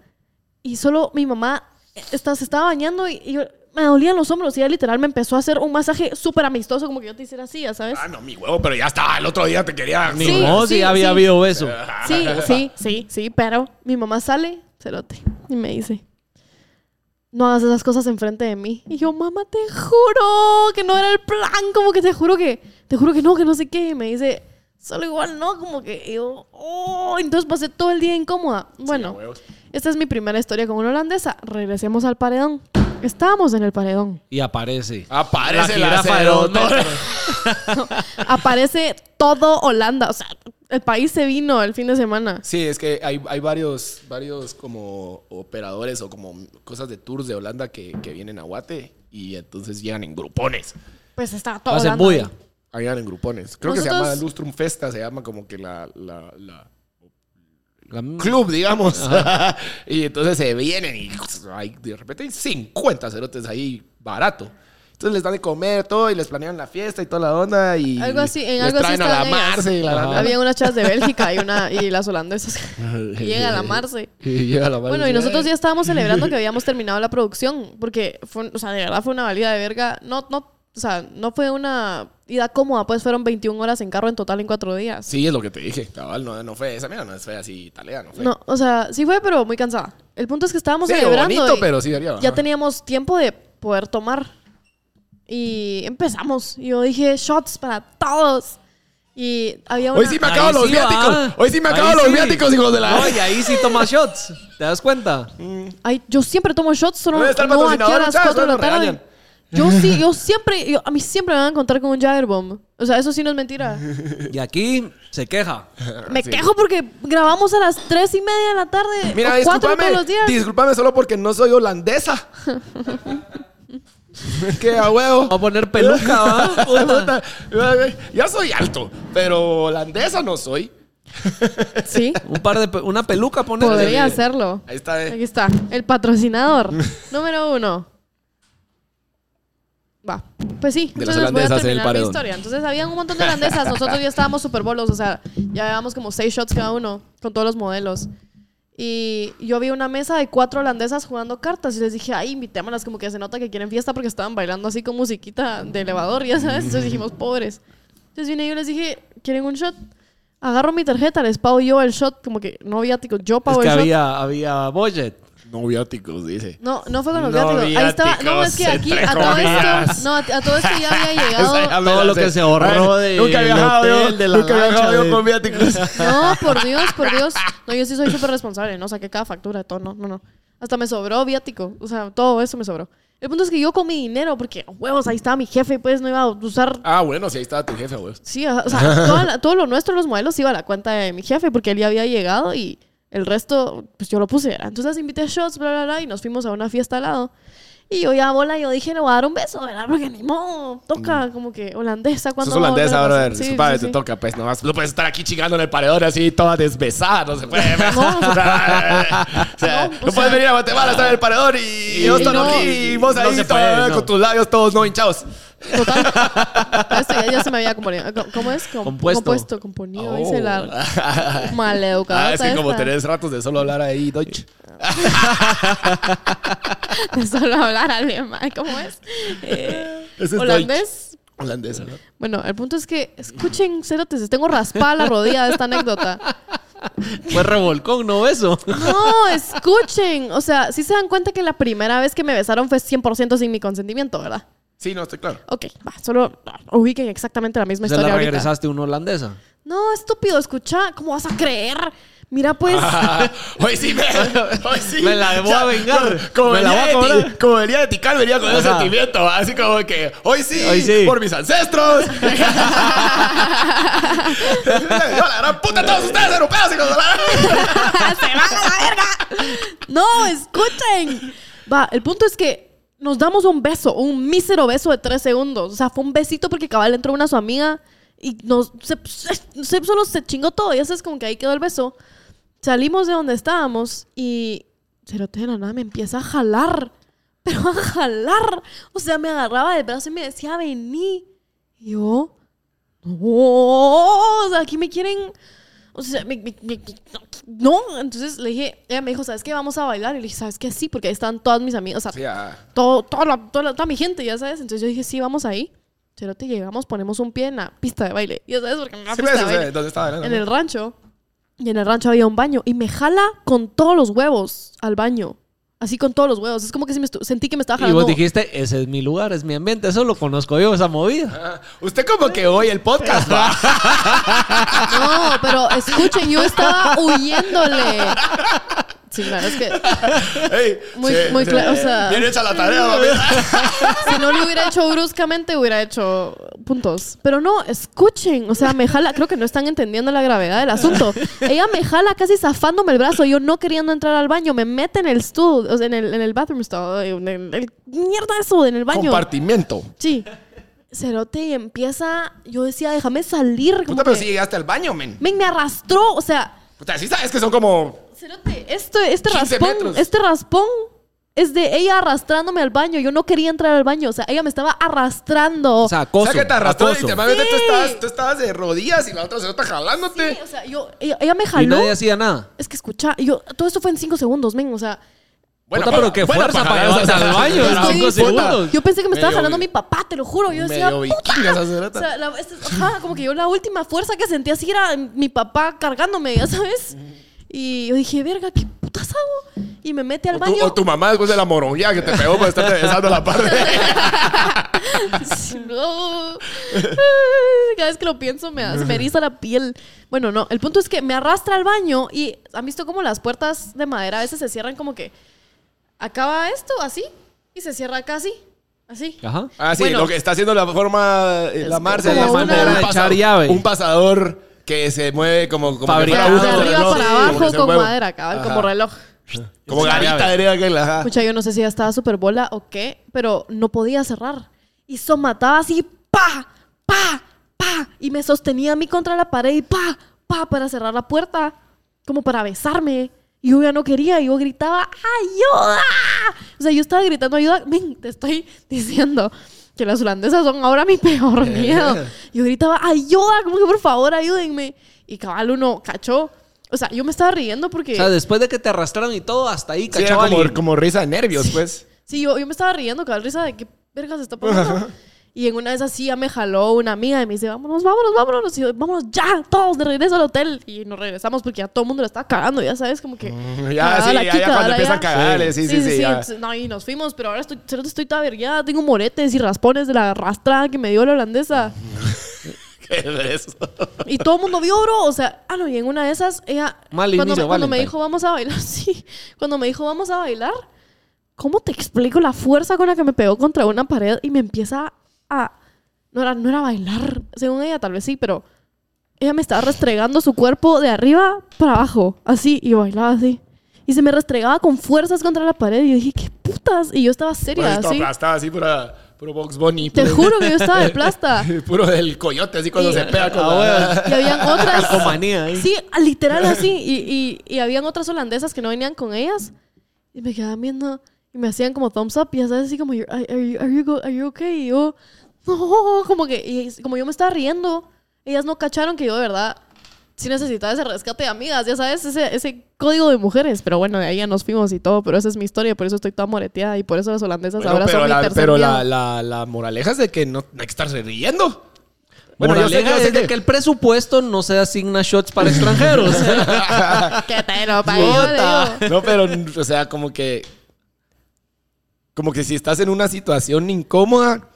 Y solo mi mamá eh, esta- se estaba bañando y, y yo- me dolían los hombros y ella literal me empezó a hacer un masaje súper amistoso, como que yo te hiciera así, ya sabes.
Ah, no, mi huevo, pero ya está. El otro día te quería.
Ni
Sí,
modo si
sí,
Oh, había
sí.
habido eso.
Sí, sí, sí, sí, pero mi mamá sale, cerote, y me dice, no hagas esas cosas enfrente de mí. Y yo, mamá, te juro que no era el plan, como que te juro que, te juro que no, que no sé qué. Y me dice, solo igual no, como que y yo, oh, entonces pasé todo el día incómoda. Bueno, esta es mi primera historia con una holandesa. Regresemos al paredón. Estábamos en el paredón.
Y aparece.
Aparece la,
jirafa de dos
serotonina.
metros.
Aparece todo Holanda, o sea, el país se vino el fin de semana.
Sí, es que hay, hay varios, varios como operadores o como cosas de tours de Holanda que, que vienen a Guate y entonces llegan en grupones.
Pues estaba todo
Hacen
Holanda.
bulla.
Ah, Llegan en grupones. Creo que se
Nosotros-
llama Lustrum Festa, se llama como que la, la- la-
La m-
club, digamos. y entonces se vienen y hay- de repente hay 50 cerotes ahí barato. Entonces les dan de comer todo y les planean la fiesta y toda la onda y
Algo así, en
les
algo así
traen a la
estaban ellas.
Marce y la- la- la-
Había unas chavas de Bélgica y, una, y las holandesas. Y llega la Marce.
y llega la Marce
Bueno, y
dice,
nosotros
"Ay".
ya estábamos celebrando que habíamos terminado la producción, porque, fue, un- o sea, de verdad fue una valida de verga. No, no, o sea, no fue una ida cómoda, pues fueron 21 horas en carro en total en cuatro días.
Sí, es lo que te dije, cabal, no, no fue esa, mira, no fue así italiano. Fue.
No, o sea, sí fue, pero muy cansada. El punto es que estábamos
sí,
celebrando.
bonito,
y
pero sí daría.
Ya
ajá.
teníamos tiempo de poder tomar. Y empezamos. Y Yo dije, shots para todos. Y había una...
Hoy sí me acabo
Ahí
los
sí
viáticos.
va.
Hoy sí me
Ahí
acabo los
sí.
viáticos, hijos de la.
No, y ahí sí tomas shots. ¿Te das cuenta?
Ay, yo siempre tomo shots, solo
¿Dónde está el
no aquí a
patrocinador,
las
muchachos?
4 de la
Nos
tarde.
regañan.
Yo sí, yo siempre, yo- a mí siempre me van a encontrar con un Jaggerbomb. O sea, eso sí no es mentira.
Y aquí se queja.
Me
Ah, Sí.
quejo porque grabamos a las tres y media de la tarde.
Mira,
o cuatro
discúlpame,
todos los días.
discúlpame solo porque no soy holandesa. que a huevo.
Va a poner peluca, ¿va?
Puta, Yo soy alto, pero holandesa no soy.
Sí,
Un par de pe- una peluca poner.
podría hacerlo.
Ahí está. eh.
Aquí está, el patrocinador. Número uno. Va. Pues sí,
De las
entonces voy a
holandesas en el
terminar mi
paredón.
historia. Entonces habían un montón de holandesas. Nosotros ya estábamos super bolos. O sea, ya llevábamos como seis shots cada uno con todos los modelos. Y yo vi una mesa de cuatro holandesas jugando cartas y les dije, ay, invitémoslas, como que se nota que quieren fiesta porque estaban bailando así con musiquita de elevador, ya sabes. Entonces dijimos, pobres. Entonces vine yo y les dije, ¿quieren un shot? Agarro mi tarjeta, les pago yo el shot, como que no viático, yo
Es
pago
que
el shot.
había, había budget.
No viáticos, dice.
No, no fue con los
No
viáticos. Ahí estaba.
viáticos,
No, es que aquí
entre
a todo
comillas.
esto. No, a a todo esto ya había llegado.
Todo lo que se ahorró de-
Nunca
del
he viajado
hotel,
yo,
de la
nunca he
lancha,
viajado yo
de-
con viáticos.
No, por Dios, por Dios. No, yo sí soy súper responsable. No saqué cada factura de todo. No, no, no. Hasta me sobró viático. O sea, todo eso me sobró. El punto es que yo con mi dinero, porque oh, huevos, ahí estaba mi jefe, pues no iba a usar.
Ah, bueno, sí, ahí estaba tu jefe, güey.
Sí, o sea, toda la- todo lo nuestro, los modelos, iba a la cuenta de mi jefe, porque él ya había llegado y el resto, pues yo lo puse. ¿verdad? Entonces las invité a shots, bla, bla, bla, y nos fuimos a una fiesta al lado. Y yo ya bola, yo dije, le voy a dar un beso, ¿verdad? Porque ni modo, toca como que holandesa cuando.
Mm. Sos holandesa, brother. Disculpame, te toca, pues. No, vas- no puedes estar aquí chingando en el paredón así, toda desbesada. No se puede. pues.
No.
O sea, o sea,
No,
no
o
puedes
sea-
venir a Guatemala a estar en el paredón y, y vos
Y
estás
no.
aquí y vos
No
ahí
se
toda-
puede, no.
con tus labios todos no hinchados.
Total. Esto este ya, ya se me había componido. ¿Cómo es? Com-
Compuesto.
Compuesto, componido,
Oh.
dice la maleducada.
Ah, es que como
esta.
tenés ratos de solo hablar ahí, Deutsch.
De Solo hablar alemán, ¿cómo es? Eh,
Ese es
holandés.
Holandesa, ¿no?
Bueno, el punto es que, escuchen, cerotes, tengo raspada la rodilla de esta anécdota.
Fue revolcón, ¿no? Eso.
No, escuchen. O sea, si se dan cuenta que la primera vez que me besaron fue 100% sin mi consentimiento, ¿verdad?
Sí, no, estoy claro.
Ok, va, solo ubiquen exactamente la misma
Se
historia
la
ahorita.
regresaste una holandesa.
No, estúpido, escucha, ¿cómo vas a creer? Mira, pues,
hoy sí, me, hoy sí.
Me la voy a vengar.
Como,
Me la
venía
voy a
de ti-
cobrar.
como venía de Tikal, venía con ese
Ajá.
sentimiento. ¿va? Así como que, hoy sí,
Hoy sí.
por mis ancestros. Yo la gran puta, todos ustedes europeos. hijos de la-
no, escuchen. Va, el punto es que nos damos un beso, un mísero beso de tres segundos. O sea, fue un besito porque cabal entró una su amiga y nos, se, se- solo se chingó todo. Y eso es como que ahí quedó el beso. Salimos de donde estábamos y Cerote de la nada me empieza a jalar. Pero a jalar. O sea, me agarraba del brazo y me decía, vení. Y yo, no, o sea, aquí me quieren... O sea, me- me- me- no. Entonces le dije, ella me dijo, ¿sabes qué? Vamos a bailar. Y le dije, ¿sabes qué? Sí, porque ahí están todas mis amigas. O sea,
Sí, ah.
todo, toda, la- toda, la- toda mi gente, ya sabes. Entonces yo dije, sí, vamos ahí. Pero te llegamos, ponemos un pie en la pista de baile. Ya sabes, porque en la
Sí,
pista
ves,
de
o sea,
baile.
¿dónde estaba?
pues, En el rancho. Y en el rancho había un baño. Y me jala con todos los huevos al baño. Así con todos los huevos. Es como que si me estu- sentí que me estaba
Y
jalando.
vos dijiste, ese es mi lugar, es mi ambiente, eso lo conozco yo, esa movida.
Ah, Usted como que hoy el podcast va.
No, pero escuchen, yo estaba huyéndole. Sí, claro, es que
Ey,
Muy- muy claro, o sea-
Bien hecha la tarea, papi.
si no lo hubiera hecho bruscamente, hubiera hecho puntos. Pero no, escuchen. O sea, me jala. Creo que no están entendiendo la gravedad del asunto. Ella me jala casi zafándome el brazo. Yo no queriendo entrar al baño. Me mete en el stool, o sea, en el, en el bathroom stall. En el, el- mierda eso, en el baño.
Compartimiento.
Sí. Cerote y empieza. Yo decía, déjame salir. como
Puta, pero
que-
si llegaste al baño, men.
Men, me arrastró. O sea,
Puta, sí sabes que son como...
Cerote, este, este
15
raspón,
metros.
este raspón es de ella arrastrándome al baño. Yo no quería entrar al baño. O sea, ella me estaba arrastrando.
O sea, acoso.
o sea, que te arrastró y
acoso.
te mames, tú,
Sí.
estabas, tú estabas de rodillas y la otra se está jalándote.
Sí, o sea, yo, ella, ella me
Y
jaló.
nadie hacía nada.
Es que escucha, yo, todo esto fue en cinco segundos, men. O sea,
Puta, pero qué fuerza para llevarse al baño,
yo,
Pero
estoy-
cinco segundos.
yo pensé que me estaba
Medio
jalando
vi-
mi papá, te lo juro. Yo decía,
Medio vikinga esa
o
cerota.
sea, la- es- ajá, como que yo la última fuerza que sentí así era mi papá cargándome, ya sabes. Y yo dije, verga, ¿qué putas hago? Y me mete al
o,
baño.
tu, o tu mamá después de la moronguía que te pegó por estarte besando la parte.
Sí, no. Cada vez que lo pienso me, se me eriza la piel. Bueno, no. El punto es que me arrastra al baño y han visto como las puertas de madera a veces se cierran como que acaba esto así y se cierra casi. Así.
Ajá.
Ah, sí,
Bueno.
lo que está haciendo la forma, eh,
Es
la Marce,
como
es
una-
como
Manera de
un pasa-
echar llave.
Un pasador que se mueve como, como que
Fabricado.
fuera
Pero
uno con
de arriba
reloj,
para
sí, como que
abajo
se
con
mueve.
madera, cabal,
Ajá.
como reloj.
Como
Esa
garita,
llave.
diría aquel, ajá.
Escucha, yo no sé si ya estaba súper bola o qué, pero no podía cerrar. Y somataba así, pa, pa, pa. Y me sostenía a mí contra la pared y pa, pa, para cerrar la puerta. Como para besarme. Y yo ya no quería. Y yo gritaba, ¡ayuda! O sea, yo estaba gritando, ayuda. Ven, te estoy diciendo que las holandesas son ahora mi peor miedo. Yo gritaba, ayuda, como que por favor, ayúdenme. Y cabal uno cachó. O sea, yo me estaba riendo porque...
O sea, después de que te arrastraron y todo, hasta ahí
Sí,
cachó
era
a alguien.
como, como risa de nervios, pues.
Sí, yo, yo me estaba riendo, cabal risa de qué verga se está pasando. Y en una de esas sí ya me jaló una amiga y me dice, vámonos, vámonos, vámonos. Y yo, vámonos ya, todos de regreso al hotel. Y nos regresamos porque ya todo el mundo la estaba cagando, ya sabes, como que...
Mm, Ya,
cagada
sí,
la
ya,
aquí,
ya
cagada
cuando empieza a
allá.
cagar, eh, sí, sí, sí. ya.
entonces, pues, no, y nos fuimos, pero ahora estoy, cerote, estoy toda vergueada, tengo moretes y raspones de la arrastrada que me dio la holandesa.
¿Qué es eso?
Y todo el mundo vio, bro. O sea, ah, no, y en una de esas, ella.
Mal
cuando,
inicio,
me, cuando me
Valentine.
dijo, vamos a bailar, sí. Cuando me dijo, vamos a bailar, ¿cómo te explico la fuerza con la que me pegó contra una pared y me empieza a. No era, no era bailar, según ella, tal vez sí, pero ella me estaba restregando su cuerpo de arriba para abajo, así, y bailaba así. Y se me restregaba con fuerzas contra la pared y yo dije, ¿qué putas? Y yo estaba
Bueno,
seria,
esto
así.
aplastado así, pura, puro Box Bunny.
Te
puro-
juro que yo estaba de plasta.
Puro del coyote, así cuando
Y-
se pega con
Ah,
la...
Y habían otras.
Calcomanía ahí.
Sí, literal así. Y, y, y habían otras holandesas que no venían con ellas. Y me quedaban viendo y me hacían como thumbs up. Y ya sabes, así como, "You're- are you, are you go- are you okay? Y yo, no, como que, y como yo me estaba riendo, ellas no cacharon que yo de verdad sí necesitaba ese rescate de amigas. Ya sabes, ese, ese código de mujeres. Pero bueno, de ahí ya nos fuimos y todo. Pero esa es mi historia. Por eso estoy toda moreteada. Y por eso las holandesas
Bueno,
ahora
pero
son mi
la,
tercer
pero la,
miedo.
la, la moraleja es de que no no hay que estarse riendo.
Bueno,
yo sé- yo sé
es de que el presupuesto no se asigna shots para extranjeros.
¡Qué pelo, pa' yo, le digo.
No, pero, o sea, como que. Como que si estás en una situación incómoda.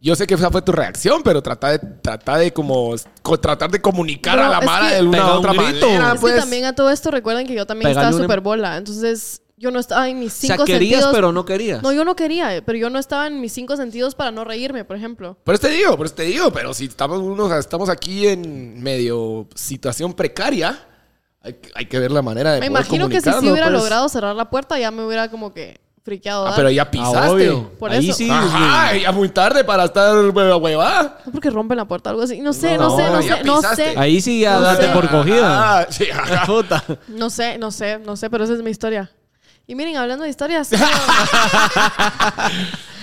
Yo sé que esa fue tu reacción, pero trata de, trata de como co- tratar de comunicar
Pero
a la
es
mara
que-
de una
Pega
u otra
un grito.
manera,
Es
Es
pues. em-
que también a todo esto recuerden que yo también
Pegale
estaba
una-
súper bola. Entonces, yo no estaba en mis
o sea,
cinco
querías,
sentidos.
pero no querías.
Ah,
No, yo no quería, eh, pero yo no estaba en mis cinco sentidos para no reírme, por ejemplo.
Por eso te digo, por eso te digo, pero si estamos, unos, estamos aquí en medio situación precaria, hay, que- hay que ver la manera de
Me
poder
imagino que si sí
comunicarlo,
hubiera
pues.
logrado cerrar la puerta, ya me hubiera como que friqueado.
Ah,
¿verdad?
pero ya
Ah,
pisaste.
obvio.
Por
ahí
eso.
sí.
Ajá, ya muy tarde para estar hueva- huevada.
No porque rompen la puerta o algo así. No sé, no,
No,
sé, no
ya
sé, no
pisaste.
sé.
Ahí sí ya
No
date
sé.
por cogida.
Ah, sí, ajá.
Puta.
No sé, no sé, no sé, pero esa es mi historia. Y miren, hablando de historias,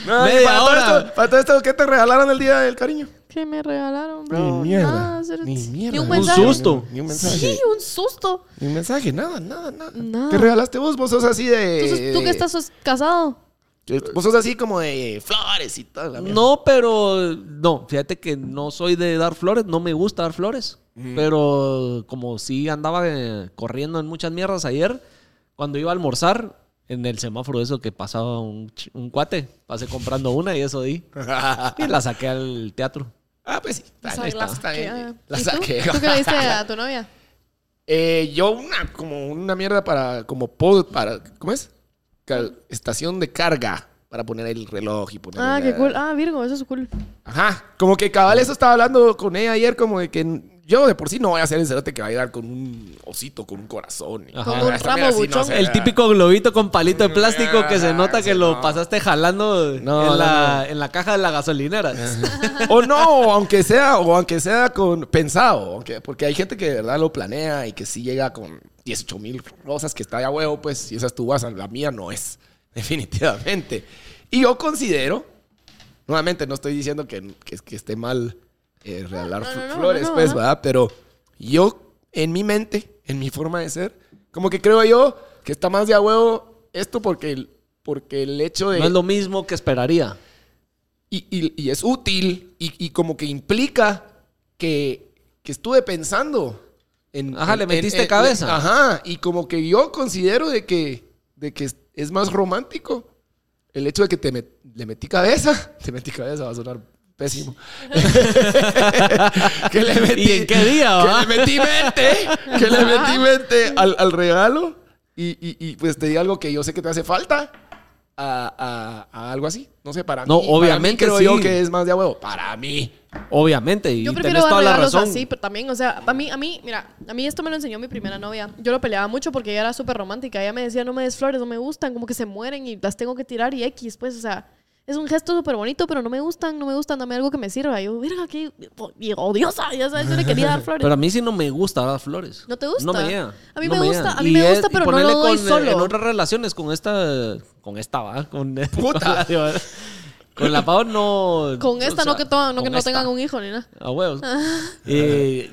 No,
Media
y para, todo
hora.
esto, para todo esto, ¿qué te regalaron el día del cariño?
que me regalaron, bro.
Ni mierda,
Nada, Ah, cero-
ni mierda.
un
Un
mensaje.
susto.
Ni un mensaje.
Sí, un susto.
Ni un mensaje, nada, nada, nada.
Nada.
¿Qué regalaste vos? Vos sos así de. eh,
Entonces, tú que estás casado.
Vos sos así como de flores y tal. la mierda.
No, pero no, fíjate que no soy de dar flores, no me gusta dar flores, pero como sí andaba eh, corriendo en muchas mierdas ayer, cuando iba a almorzar en el semáforo eso que pasaba un, ch- un cuate, pasé comprando una y eso di y la saqué al teatro.
ah, pues sí.
O
Dale,
sea,
ahí
la
está.
saqué,
Está bien.
ah.
La
¿Y tú?
saqué.
¿Tú qué le diste a tu novia?
Eh, yo una, como una mierda para, como pod, para, ¿cómo es? Cal- estación de carga para poner el reloj y poner
Ah,
la-
qué cool. Ah, Virgo, eso es cool.
Ajá, como que cabal eso estaba hablando con ella ayer, como de que n- yo de por sí no voy a ser el cerote que va a llegar con un osito, con un corazón.
Ajá.
Con
Ah,
un
esta
ramo
mierda sí, no
buchón.
sé.
El típico globito con palito de plástico que se nota
Ah,
que
sí,
lo
no.
pasaste jalando
No,
en,
no,
la, en la caja de la gasolinera.
O no, aunque sea, o aunque sea con pensado, aunque- porque hay gente que de verdad lo planea y que sí llega con 18 mil rosas que está de a huevo, pues, si esa es tu WhatsApp, la mía no es, definitivamente. Y yo considero, nuevamente, no estoy diciendo que, que, que esté mal eh, regalar
no,
fl-
no, no,
flores,
no, no,
pues,
ajá.
¿verdad? Pero yo, en mi mente, en mi forma de ser, como que creo yo que está más de a huevo esto porque el, porque el hecho de...
No es lo mismo que esperaría.
Y, y- y es útil y, y como que implica que, que estuve pensando. En,
Ajá,
en-
le metiste
en- en-
cabeza.
ajá, y como que yo considero de que, de que es- es más romántico el hecho de que te met- le metí cabeza. Te metí cabeza, va a sonar pésimo. que le metí,
¿Y en qué día, va?
Que le metí mente, que le metí mente al, al regalo y, y- y, pues te di algo que yo sé que te hace falta. a, a- a algo así. No sé, para
No,
mí. para mí
obviamente
creo
sí.
yo que es más de a huevo. Para mí.
Obviamente, y
Yo prefiero
tenés
dar
toda la
regalos
razón.
así, pero también, o sea, a mí, a mí, mira, a mí esto me lo enseñó mi primera novia. Yo lo peleaba mucho porque ella era súper romántica. Ella me decía, no me des flores, no me gustan, como que se mueren y las tengo que tirar y X, pues, o sea, es un gesto súper bonito, pero no me gustan, no me gustan, dame algo que me sirva. Y yo, verga, qué y odiosa, ya sabes, yo le quería dar flores.
Pero a mí sí no me gusta dar flores.
¿No te gusta?
No me llega.
A mí
No
me gusta,
llega.
a mí
Y
me
es-
gusta,
y
pero no lo
ponele
doy
con, eh,
solo.
En otras relaciones con esta, con esta, va, con,
Puta.
con la, con la Pau no.
con esta
o sea,
no que, to- no, que
con
no
esta.
tengan un Ah. hijo ni nada.
A huevos. Eh,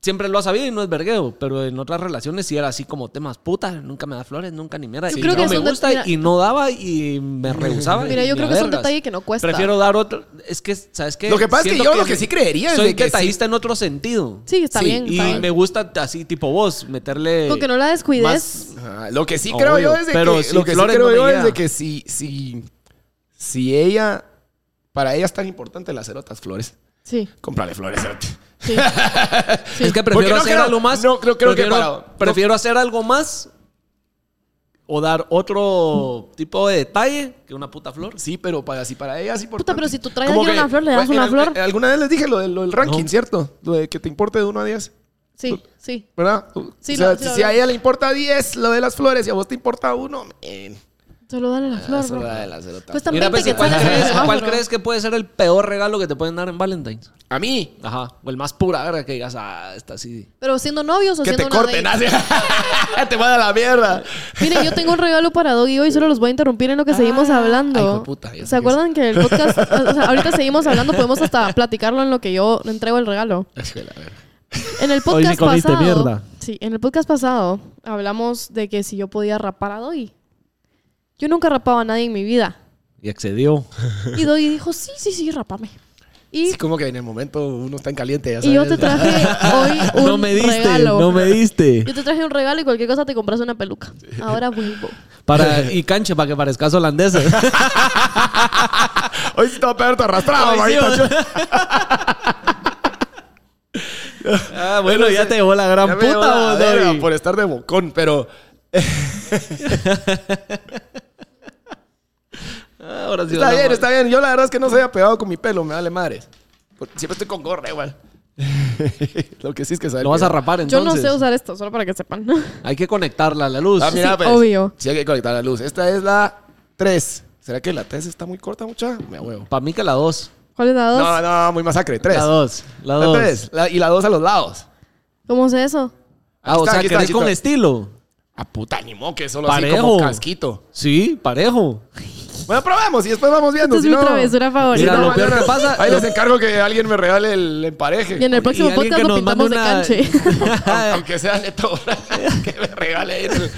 siempre lo ha sabido y no es vergueo, pero en otras relaciones sí era así como temas puta, nunca me da flores, nunca ni mierda.
Yo
y
creo
no
que es
me
un det-
gusta
mira.
y no daba y me rehusaba.
Mira,
y
yo
ni
creo
a
que es un
vergas.
detalle que no cuesta.
Prefiero dar otro. Es que, ¿sabes qué?
Lo que pasa es que
Siento
yo lo que sí creería es
Soy
de que sí.
detallista en otro sentido.
Sí, está
Sí,
bien.
Y
está bien.
me gusta así, tipo vos, meterle.
Con que no la descuides.
más-
Ajá, Lo que sí
Obvio,
creo yo es de
pero
que,
sí,
lo que sí
flores
creo
no me
yo es
llega.
de que si, si, si ella, para ella es tan importante las cerotas flores,
Sí,
cómprale flores, cerote.
sí.
Es que prefiero
Porque no
hacer
creo-
algo más.
no creo- creo que
prefiero,
para-
prefiero hacer algo más o dar otro tipo de detalle que una puta flor.
Sí, pero para, si para ella es importante.
Puta, pero si tú traes a
Como
alguien
que-
una flor, le das
bueno,
una
en-
flor.
en- Alguna vez les dije lo, del- lo del ranking,
No.
¿cierto? Lo de que te importe de 1 a 10.
Pues,
Sí, sí.
¿Verdad?
Sí,
o sea,
lo-
si,
sí lo
si a
hablamos.
ella le importa 10 lo de las flores y a vos te importa 1,
Solo dale
Ah,
la flor, bro. Cuesta
Mira, pues,
20
¿cuál,
quetzales en el
crees,
semáforo.
cuál crees que puede ser el peor regalo que te pueden dar en Valentine's?
A mí,
Ajá. O el más pura, verga, que digas, ah, esta sí.
Pero siendo novios o
que
siendo
te
una
corten, ah.
date.
así. te manda la mierda.
Miren, yo tengo un regalo para Doggy hoy, solo los voy a interrumpir en lo que seguimos hablando.
ay, Ah, hijo de puta, ya
¿Se acuerdan que el podcast, o sea, ahorita seguimos hablando, podemos hasta platicarlo en lo que yo le entrego el regalo? En el
Hoy sí
podcast
comiste
pasado,
mierda.
sí, en el podcast pasado hablamos de que si yo podía rapar a Doggy. Yo nunca rapaba a nadie en mi vida.
Y excedió.
Y Doggy dijo, sí, sí, sí, rapame. Y,
Sí, como que en el momento uno está en caliente, ya
y yo te
sabes.
traje hoy un
no me diste,
regalo.
no me diste.
Yo te traje un regalo y cualquier cosa te compras una peluca. Ahora vuelvo.
Para, y cancha para que parezcas holandesa.
Hoy sí te va a pegar tu arrastrado,
Hoy sí,
mamita.
¿verdad? ah, bueno, ya te llevó la gran
Ya me
puta,
dio la
vos,
verga
Doggy.
Por estar de bocón, pero
Ah, Ahora sí,
está
hola,
bien,
madre.
está bien. Yo la verdad es que no se había pegado con mi pelo, me vale madres. Porque Siempre estoy con gorra igual. Lo que sí es que sabe.
Lo vas a
que-
rapar
Yo
entonces.
no sé usar esto, solo para que sepan.
Hay que conectarla a la luz.
Ah, mira,
Sí,
pues.
obvio.
Sí, hay que conectar la luz. Esta es la 3. ¿Será que la 3 está muy corta, mucha? Me huevo.
Para mí que la 2.
¿Cuál es la dos?
No, no, muy masacre. 3.
La 2. La
La 3.
2.
Y la 2 a los lados.
¿Cómo sé eso?
Ah, o
Aquí está,
sea,
aquí está,
querés
aquí
con
está.
estilo.
A puta, ni moque, solo así
Parejo.
como casquito.
Sí, parejo.
Bueno, probemos y después vamos viendo.
Esta es
si
mi
no-
travesura favorita.
Mira, lo peor
mañana-
que pasa-
Ahí
lo-
les encargo que alguien me regale el empareje.
Y en el próximo
Y alguien
podcast
que
lo
nos mande
pintamos de canche.
Au-
una...
Aunque sea neto, que me regale el-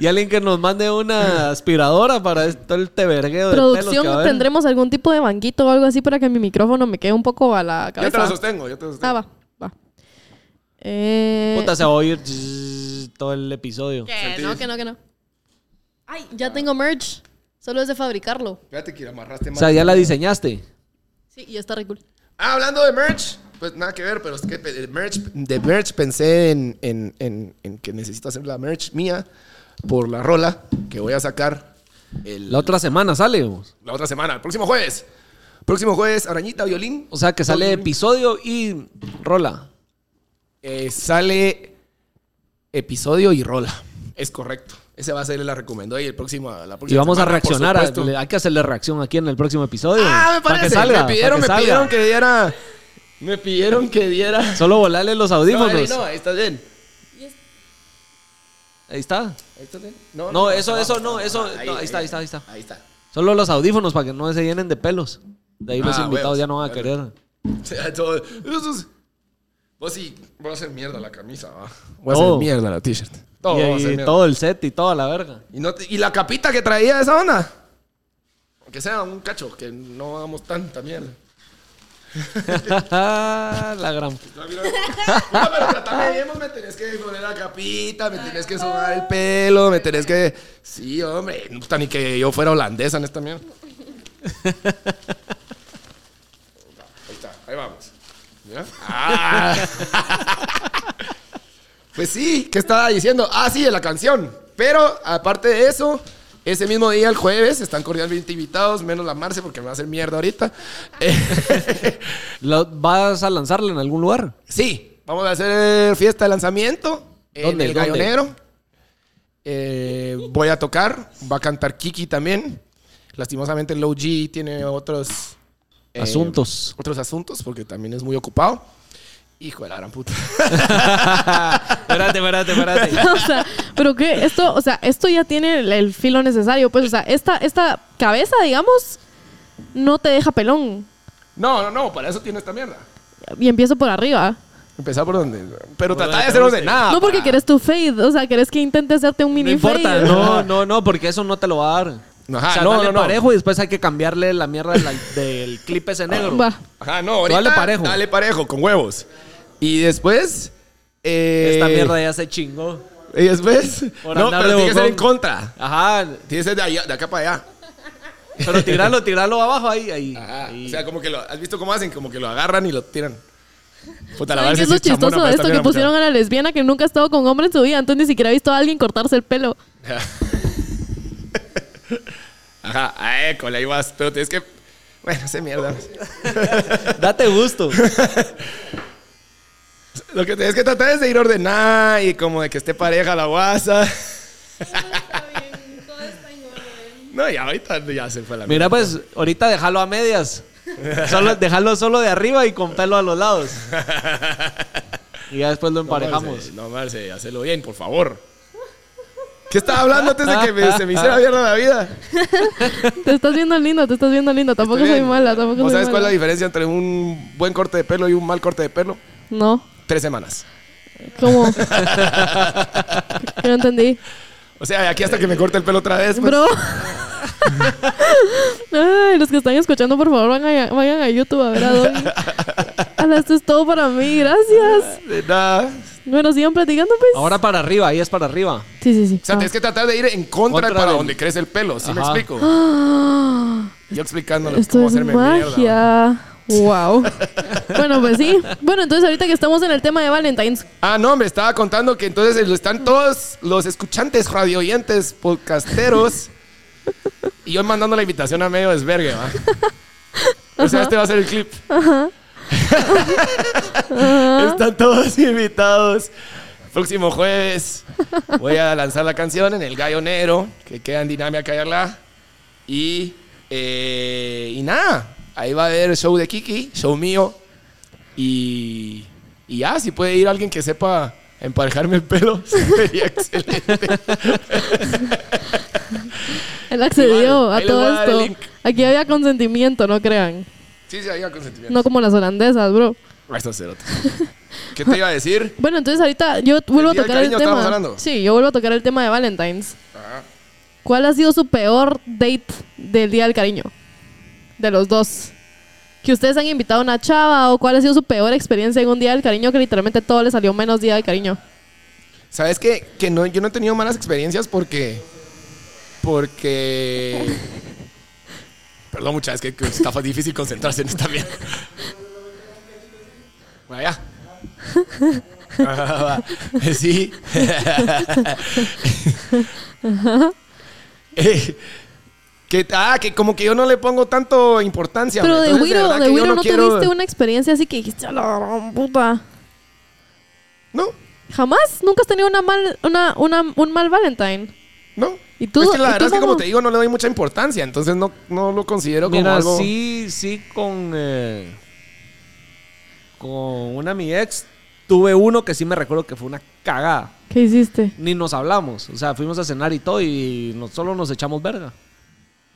y alguien que nos mande una aspiradora para esto- todo el tevergueo de pelos
Producción,
que va a haber.
¿tendremos algún tipo de banquito o algo así para que mi micrófono me quede un poco a la
Yo te lo
cabeza?
sostengo, yo te lo sostengo.
Ah, va, va. Eh,
Puta, se va a oír zzzz todo el episodio.
que no, que no, que no. Ay, ya tengo merch. Solo es de fabricarlo.
Fíjate que amarraste
O
más.
sea, ya la diseñaste.
Sí, y está re cool.
Ah, hablando de merch, pues nada que ver, pero es que pe- el merch, de merch pensé en, en- en- en que necesito hacer la merch mía por la rola que voy a sacar el-
La otra semana sale. vos.
la otra semana, el próximo jueves. Próximo jueves, Arañita Violín.
O sea, que sale episodio y rola.
Eh, sale episodio y rola. Es correcto. Ese va a ser el la recomendó y el próximo, la próxima
Y vamos a
semana, por
reaccionar. a-
supuesto.
le- hay que hacerle reacción aquí en el próximo episodio.
Ah, me
Para
parece.
que salga.
me pidieron,
pa' que
me
salga.
pidieron que diera. Me pidieron que diera.
Solo volarle los
No,
audífonos.
Ari, no, ahí está bien.
Ahí está.
Ahí está bien.
No, eso,
abajo,
eso, no, eso.
abajo.
no, ahí está, ahí está, ahí está.
Ahí está.
Solo los audífonos para que no se llenen de pelos. De ahí los
Ah,
invitados
huevos.
ya no van a
Bueno.
querer.
Sí, todo- eso es- Vos sí, voy a hacer mierda la camisa, va. Voy
a hacer Todo.
mierda la t-shirt. Todo,
Y,
va a
y
hacer mierda.
todo el set y toda la verga.
Y, no te- y la capita que traía esa onda. Aunque sea un cacho, que no hagamos tanta mierda.
la gran.
No, mira, puta, pero tratame bien, vos me tenés que poner la capita, me tenés que sonar el pelo, me tenés que... Sí, hombre, no está ni que yo fuera holandesa en esta mierda. Ahí está, ahí vamos. Mira. Ah. Pues sí, ¿qué estaba diciendo? Ah, sí, de la canción. Pero aparte de eso, Ese mismo día, el jueves, están cordialmente invitados, menos la Marce porque me va a hacer mierda ahorita. Eh,
¿La- ¿Vas a lanzarla en algún lugar?
Sí, vamos a hacer eh, fiesta de lanzamiento en
¿Dónde?
el
¿Dónde?
Gallonero. Eh, voy a tocar, va a cantar Kiki también. Lastimosamente Low G tiene otros eh,
Asuntos.
Otros asuntos porque también es muy ocupado. Hijo de la gran puta.
espérate, espérate, espérate.
o sea, pero que esto, o sea, esto ya tiene el, el filo necesario, pues, o sea, esta, esta cabeza, digamos, no te deja pelón.
No, no, no, para eso tiene esta mierda.
Y empiezo por arriba.
Empezar por donde. Pero
Por
tratar de
donde te
hacerlo de
guste.
nada.
no porque
para-
querés tu fade, o sea, querés que intentes hacerte un
No
mini
importa,
fade.
no, no, no, porque eso no te lo va a dar.
Ajá,
o sea,
no,
dale
no, no.
parejo y después hay que cambiarle la mierda de la- del clip ese negro.
Va.
Ajá, no, ahorita.
Dale parejo.
Dale parejo, con huevos. Y después. eh,
Esta mierda ya se chingó.
Y después.
Por
no,
andar
pero
de
tiene que ser
bocón.
en contra.
Ajá,
Tiene que ser de, allá- de acá para allá.
pero tiralo, tiralo abajo ahí, ahí.
Ajá.
ahí.
O sea, como que lo. ¿Has visto cómo hacen? Como que lo agarran y lo tiran. Puta,
¿Saben
verdad
qué
es
es lo
que soy chamona
chistoso
para
de
esta
esto? Que
mierda,
pusieron a la lesbiana que nunca ha estado con hombre en su vida, entonces ni siquiera ha visto a alguien cortarse el pelo.
Ajá, ah, école, ahí vas. Pero tienes que. Bueno, se mierda.
Date gusto.
Lo que tienes que tratar es de ir ordenada y como de que esté pareja la guasa. No, ya ahorita ya se fue la
Mira, pues, ahorita déjalo a medias. Solo, déjalo solo de arriba y con pelo a los lados. Y ya después lo
No, Marce,
emparejamos.
No, Marce, hacelo bien, por favor. ¿Qué estaba hablando antes de que me- se me hiciera mierda la vida?
Te estás viendo lindo, te estás viendo lindo. Tampoco
Estoy
soy
bien.
mala, tampoco
¿Vos
soy
sabes cuál es la
mala.
diferencia entre un buen corte de pelo y un mal corte de pelo?
No,
Tres semanas.
¿cómo? Yo no entendí.
O sea, de aquí hasta que me corte el pelo otra vez. pues.
Bro. Ay, los que están escuchando, por favor, vayan a, vayan a YouTube a ver a Don. Ala, esto es todo para mí, gracias.
De nada.
Bueno, sigan platicando, pues.
Ahora para arriba, ahí es para arriba.
Sí, sí, sí.
O sea,
Ah.
tienes que tratar de ir en contra,
Contra
para
del-
donde crece el pelo. ¿Sí me
Ajá.
explico?
Ah,
Yo explicándole
Esto
cómo
es
hacerme mierda.
magia. Wow. bueno, pues sí. Bueno, entonces ahorita que estamos en el tema de Valentine's,
Ah, no, me estaba contando que entonces están todos los escuchantes, radio oyentes, podcasteros. y yo mandando la invitación a medio desvergue, ¿va? O sea, este va a ser el clip. están todos invitados. Próximo jueves voy a lanzar la canción en El Gallo Negro, que queda en Dinámica Callarla. Y, eh, y nada, ahí va a haber show de Kiki, show mío. Y, y ya, si puede ir alguien que sepa emparejarme el pelo, sería excelente.
él accedió
Igual,
a
ahí les voy a
todo
dar el
esto.
link.
Aquí había consentimiento, no crean.
Sí, sí, ahí va consentimiento.
No como las holandesas, bro.
Ahí está cerote. ¿Qué te iba a decir?
Bueno, entonces ahorita yo vuelvo a
día del
tocar el
cariño estábamos
tema.
hablando.
Sí, yo vuelvo a tocar el tema de Valentine's.
Ajá.
¿Cuál ha sido su peor date del Día del Cariño? De los dos. Que ustedes han invitado a una chava o cuál ha sido su peor experiencia en un Día del Cariño que literalmente todo le salió menos Día del Cariño.
¿Sabes qué? Que no, yo no he tenido malas experiencias porque. Porque. Perdón, muchas es que, que está fa- difícil concentrarse en esta mierda. Vaya. Ah, va. sí. Eh, que, ah, que como que yo no le pongo tanto importancia.
Pero de
hombre. Entonces,
Wiro,
verdad
de
que yo
Wiro no,
quiero-
tuviste una experiencia así que dijiste, "A la gran puta.
No,
Jamás, nunca has tenido una mal, una, una, un mal Valentine.
no.
¿Y tú-
es que la
y tú
verdad es que, como
cómo?
te digo, no le doy mucha importancia. Entonces no, no lo considero como
Mira,
algo.
sí, sí, con. eh, con una mi ex, tuve uno que sí me recuerdo que fue una cagada.
¿Qué hiciste?
Ni nos hablamos. O sea, fuimos a cenar y todo y no- solo nos echamos verga.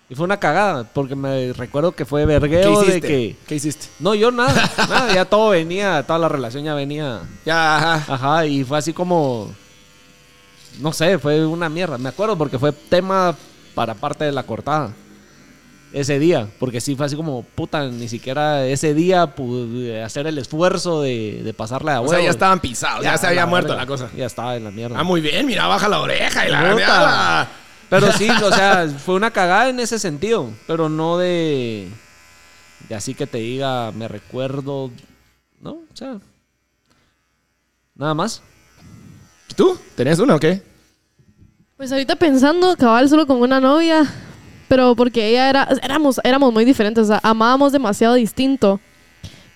Y fue una cagada, porque me recuerdo que fue vergueo de que.
¿Qué hiciste?
No, yo nada, nada, ya todo venía, toda la relación ya venía.
Ya, ajá.
Ajá, y fue así como. No sé, fue una mierda. Me acuerdo porque fue tema para parte de la cortada. Ese día, porque sí fue así como, puta, ni siquiera ese día pude hacer el esfuerzo de, de pasarla de
o
huevo.
sea, ya estaban pisados, ya, se
a
había
la
muerto
verga.
la cosa.
Ya estaba en la mierda.
Ah, muy bien, mira, baja la oreja y la
Puta.
ya.
Pero sí, o sea, fue una cagada en ese sentido, pero no de, de así que te diga, me recuerdo, no, o sea, nada más.
¿Tú? ¿Tenés una o qué?
Pues ahorita pensando, cabal solo con una novia, pero porque ella era, éramos, éramos muy diferentes, o sea, amábamos demasiado distinto.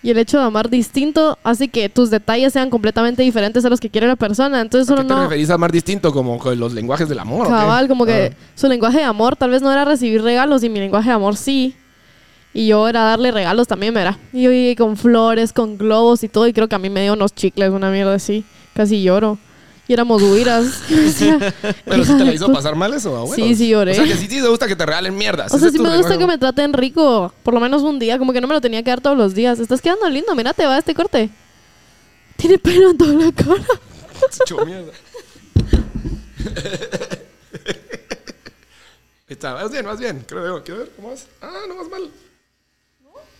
Y el hecho de amar distinto hace que tus detalles sean completamente diferentes a los que quiere la persona. Entonces
¿A
uno
qué te
no...
referís a más distinto? Como con los lenguajes del amor. o qué?
Cabal, como que
Ah.
su lenguaje de amor tal vez no era recibir regalos y mi lenguaje de amor sí. Y yo era darle regalos también, ¿verdad? Y yo llegué con flores, con globos y todo y creo que a mí me dio unos chicles, una mierda así. Casi lloro. Y éramos huiras. Yo decía,
Pero si
"Hija
te la
de
hizo
puta".
pasar mal eso, abuelo.
Pues Sí, sí lloré.
O sea, que sí te gusta que te regalen mierdas.
O
Ese
sea,
es
sí
tu
me gusta
lenguaje.
que me traten rico, por lo menos un día, como que no me lo tenía que dar todos los días. Estás quedando lindo, mira, te va este corte. Tiene pelo en toda la cara.
Chupo mierda. Está, vas bien, vas bien. Creo yo. Quiero ver cómo vas. Ah, no vas mal.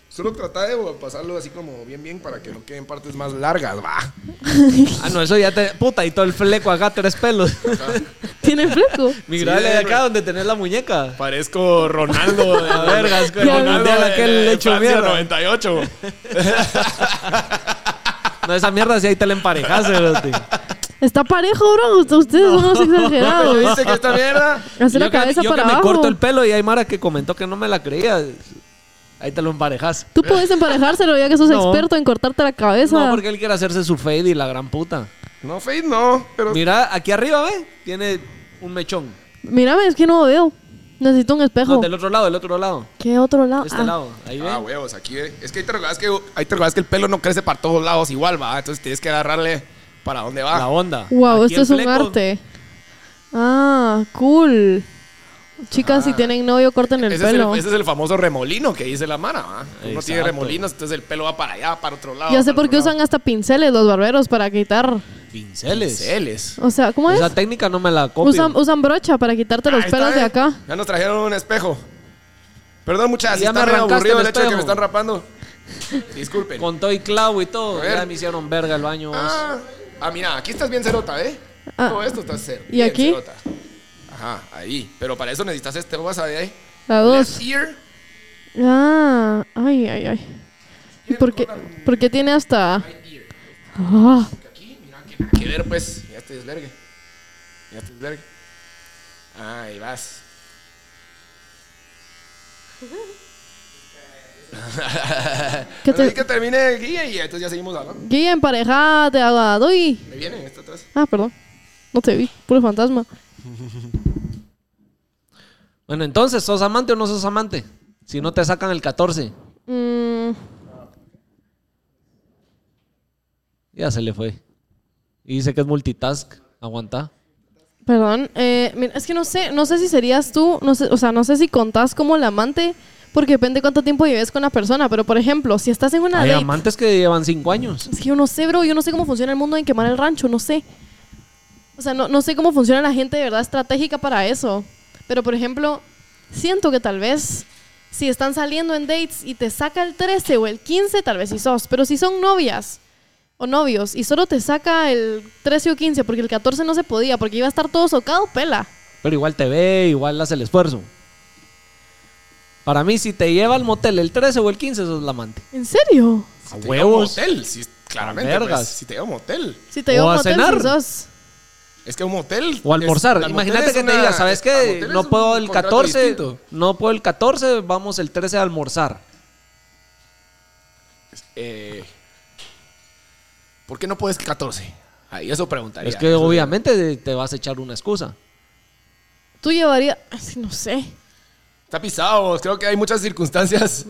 Solo trata de pasarlo así como bien, bien para que no queden partes más largas, va.
Ah, no, eso ya te. Puta, y todo el fleco acá, tres pelos.
Tiene fleco.
Migrale de
Sí,
acá donde tenés la muñeca.
Parezco Ronaldo de
A vergas, con
Ya,
el mundial
de- de-
aquel
de
hecho
Francia
mierda.
98.
No, esa mierda si ahí te la emparejas, cerote.
Está parejo, bro. Usted- Ustedes son unos exagerados.
¿Viste que esta mierda?
Hacer la
Yo que-
cabeza
yo
para
que me
abajo.
corto el pelo y hay Mara que comentó que no me la creía. Ahí te lo emparejas.
Tú puedes emparejárselo ya que sos
No.
experto en cortarte la cabeza.
No, porque él quiere hacerse su fade y la gran puta.
No, Faith, no. Pero
Mira, aquí arriba, ¿ve? Tiene un mechón.
Mírame, es que no veo. Necesito un espejo.
No, del otro lado, del otro lado.
¿Qué otro lado?
De este
Ah,
lado. Ahí ve.
Ah, huevos, aquí. eh. Es que ahí te recordás que, ahí te recordás que el pelo no crece para todos lados igual, va. Entonces tienes que agarrarle para dónde
la
va.
onda.
Wow,
Aquí
Ah,
el
esto es un
fleco.
arte. Ah, cool. Chicas,
Ah.
si tienen novio, corten el
Ese es,
pelo.
el, ese es el famoso remolino que dice la mara, va. Uno tiene
Exacto.
remolinos, entonces el pelo va para allá, para otro lado.
ya sé
para
por qué
otro lado.
usan hasta pinceles los barberos para quitar.
Pinceles.
pinceles.
O sea, ¿cómo es?
Esa técnica no me la copio.
Usan, usan brocha para quitarte los
Ahí está,
pelos de
eh.
acá.
Ya nos trajeron un espejo. Perdón, muchachos,
Ya
está
me
re
arrancaste
aburrido
el
el hecho de que
espejo.
me están rapando. Disculpen.
Con todo y clavo y todo.
A ver.
Ya me hicieron verga el baño. vos.
Ah, ah, mira, aquí estás bien cerota, ¿eh?
Ah.
Todo esto está cer
¿Y
bien
aquí?
cerota. Ajá, ahí. Pero para eso necesitas este vas a de ahí.
La dos.
Left ear.
Ah, ay, ay, ay. ¿Y por qué, por qué tiene hasta.? Ah,
Aquí, mira, que nada que ver, pues. Ya te desvergue. Ya te desvergue. Ahí vas.
¿qué
Así
te,
que termine el guía y entonces ya seguimos hablando.
Guía, emparejate, a doy.
Me viene, está atrás.
Ah, perdón. No te vi, puro fantasma.
Bueno, entonces, ¿sos amante o no sos amante? Si no te sacan el 14.
Mm,
Ya se le fue. Y dice que es multitask. Aguanta.
perdón. Eh, mira, es que no sé, no sé si serías tú, no sé, o sea, no sé si contás como el amante, porque depende cuánto tiempo lleves con la persona. Pero por ejemplo, si estás en una
Hay
date,
amantes que llevan cinco años.
es que yo no sé, bro, yo no sé cómo funciona el mundo en quemar el rancho, no sé. O sea, no, no sé cómo funciona la gente de verdad estratégica para eso. Pero por ejemplo, siento que tal vez si están saliendo en dates y te saca el 13 o el 15, tal vez sí sos. Pero si son novias o novios y solo te saca el 13 o 15 porque el 14 no se podía porque iba a estar todo socado, pela.
Pero igual te ve, igual hace el esfuerzo. Para mí, si te lleva al motel el 13 o el 15, sos la amante.
¿En serio?
A
Te lleva un
huevos.
motel, sí, claramente.
A
pues,
vergas.
si te lleva a un motel.
Si te
O
llevo a un
a
motel,
cenar.
sí sos.
Es que un motel.
O almorzar.
es- al motel
Imagínate
es
que
una-
te diga, ¿sabes
al
qué?
motel es
No
un
puedo el
contrato
14,
distinto.
no puedo el 14, vamos el 13 a almorzar.
Eh, ¿Por qué no puedes 14? Ahí eso preguntaría.
es que
Eso-
obviamente te- te vas a echar una excusa.
Tú llevarías... Ay, sí, No sé.
Está pisado, vos. creo que hay muchas circunstancias.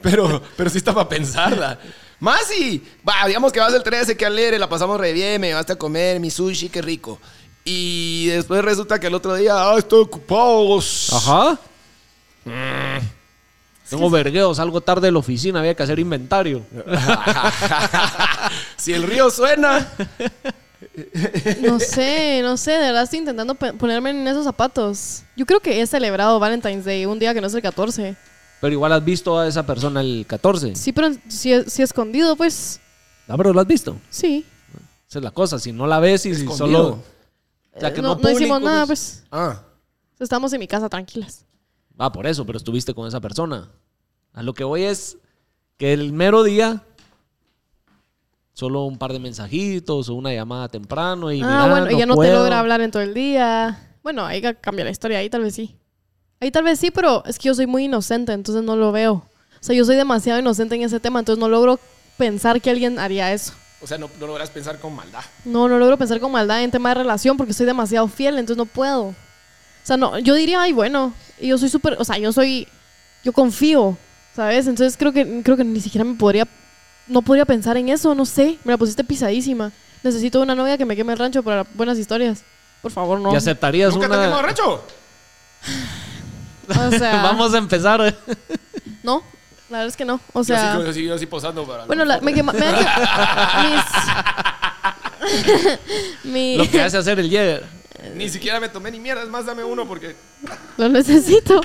pero, pero sí está para pensarla. Más y, va, digamos que vas el 13, que alegre, la pasamos re bien, me llevaste a comer mi sushi, qué rico. Y después resulta que el otro día, ah, estoy ocupado. vos".
Ajá. Mm. Tengo vergueos, salgo tarde de la oficina, había que hacer inventario.
si el río suena,
No sé, no sé. De verdad estoy intentando pe- ponerme en esos zapatos. Yo creo que he celebrado Valentine's Day un día que no es el 14.
Pero igual has visto a esa persona el 14.
Sí, pero si, si escondido, pues
Ah, pero lo has visto.
sí.
Esa es la cosa. Si no la ves y si
Escondido.
solo. O sea, que
Eh,
no,
no, no hicimos
público,
nada,
pues.
pues.
ah,
Estamos en mi casa tranquilas.
Ah, por eso, pero estuviste con esa persona. A lo que voy es que el mero día Solo un par de mensajitos o una llamada temprano y
ah,
"Mira,
bueno, y ya no te
puedo".
logra hablar en todo el día. Bueno, ahí ca- cambia la historia, ahí tal vez sí. Ahí tal vez sí, pero es que yo soy muy inocente, entonces no lo veo. O sea, yo soy demasiado inocente en ese tema, entonces no logro pensar que alguien haría eso.
O sea, no, no logras pensar con maldad.
No, no logro pensar con maldad en tema de relación porque soy demasiado fiel, entonces no puedo. O sea, no, yo diría, ay, bueno, y yo soy súper, o sea, yo soy, yo confío, ¿sabes? Entonces creo que, creo que ni siquiera me podría, no podría pensar en eso, no sé, me la pusiste pisadísima. Necesito una novia que me queme el rancho para buenas historias. Por favor, no.
¿Y aceptarías
¿Nunca te
una...?
has borracho?
O sea,
Vamos a empezar.
No, la verdad es que no. O
Yo sí-
sea,
yo, sí, yo sí posando para...
bueno, la- me quema, me han que- mis- mi-
Lo que hace hacer el Jäger.
Ni siquiera me tomé ni mierda. Es más, dame uno porque...
lo necesito.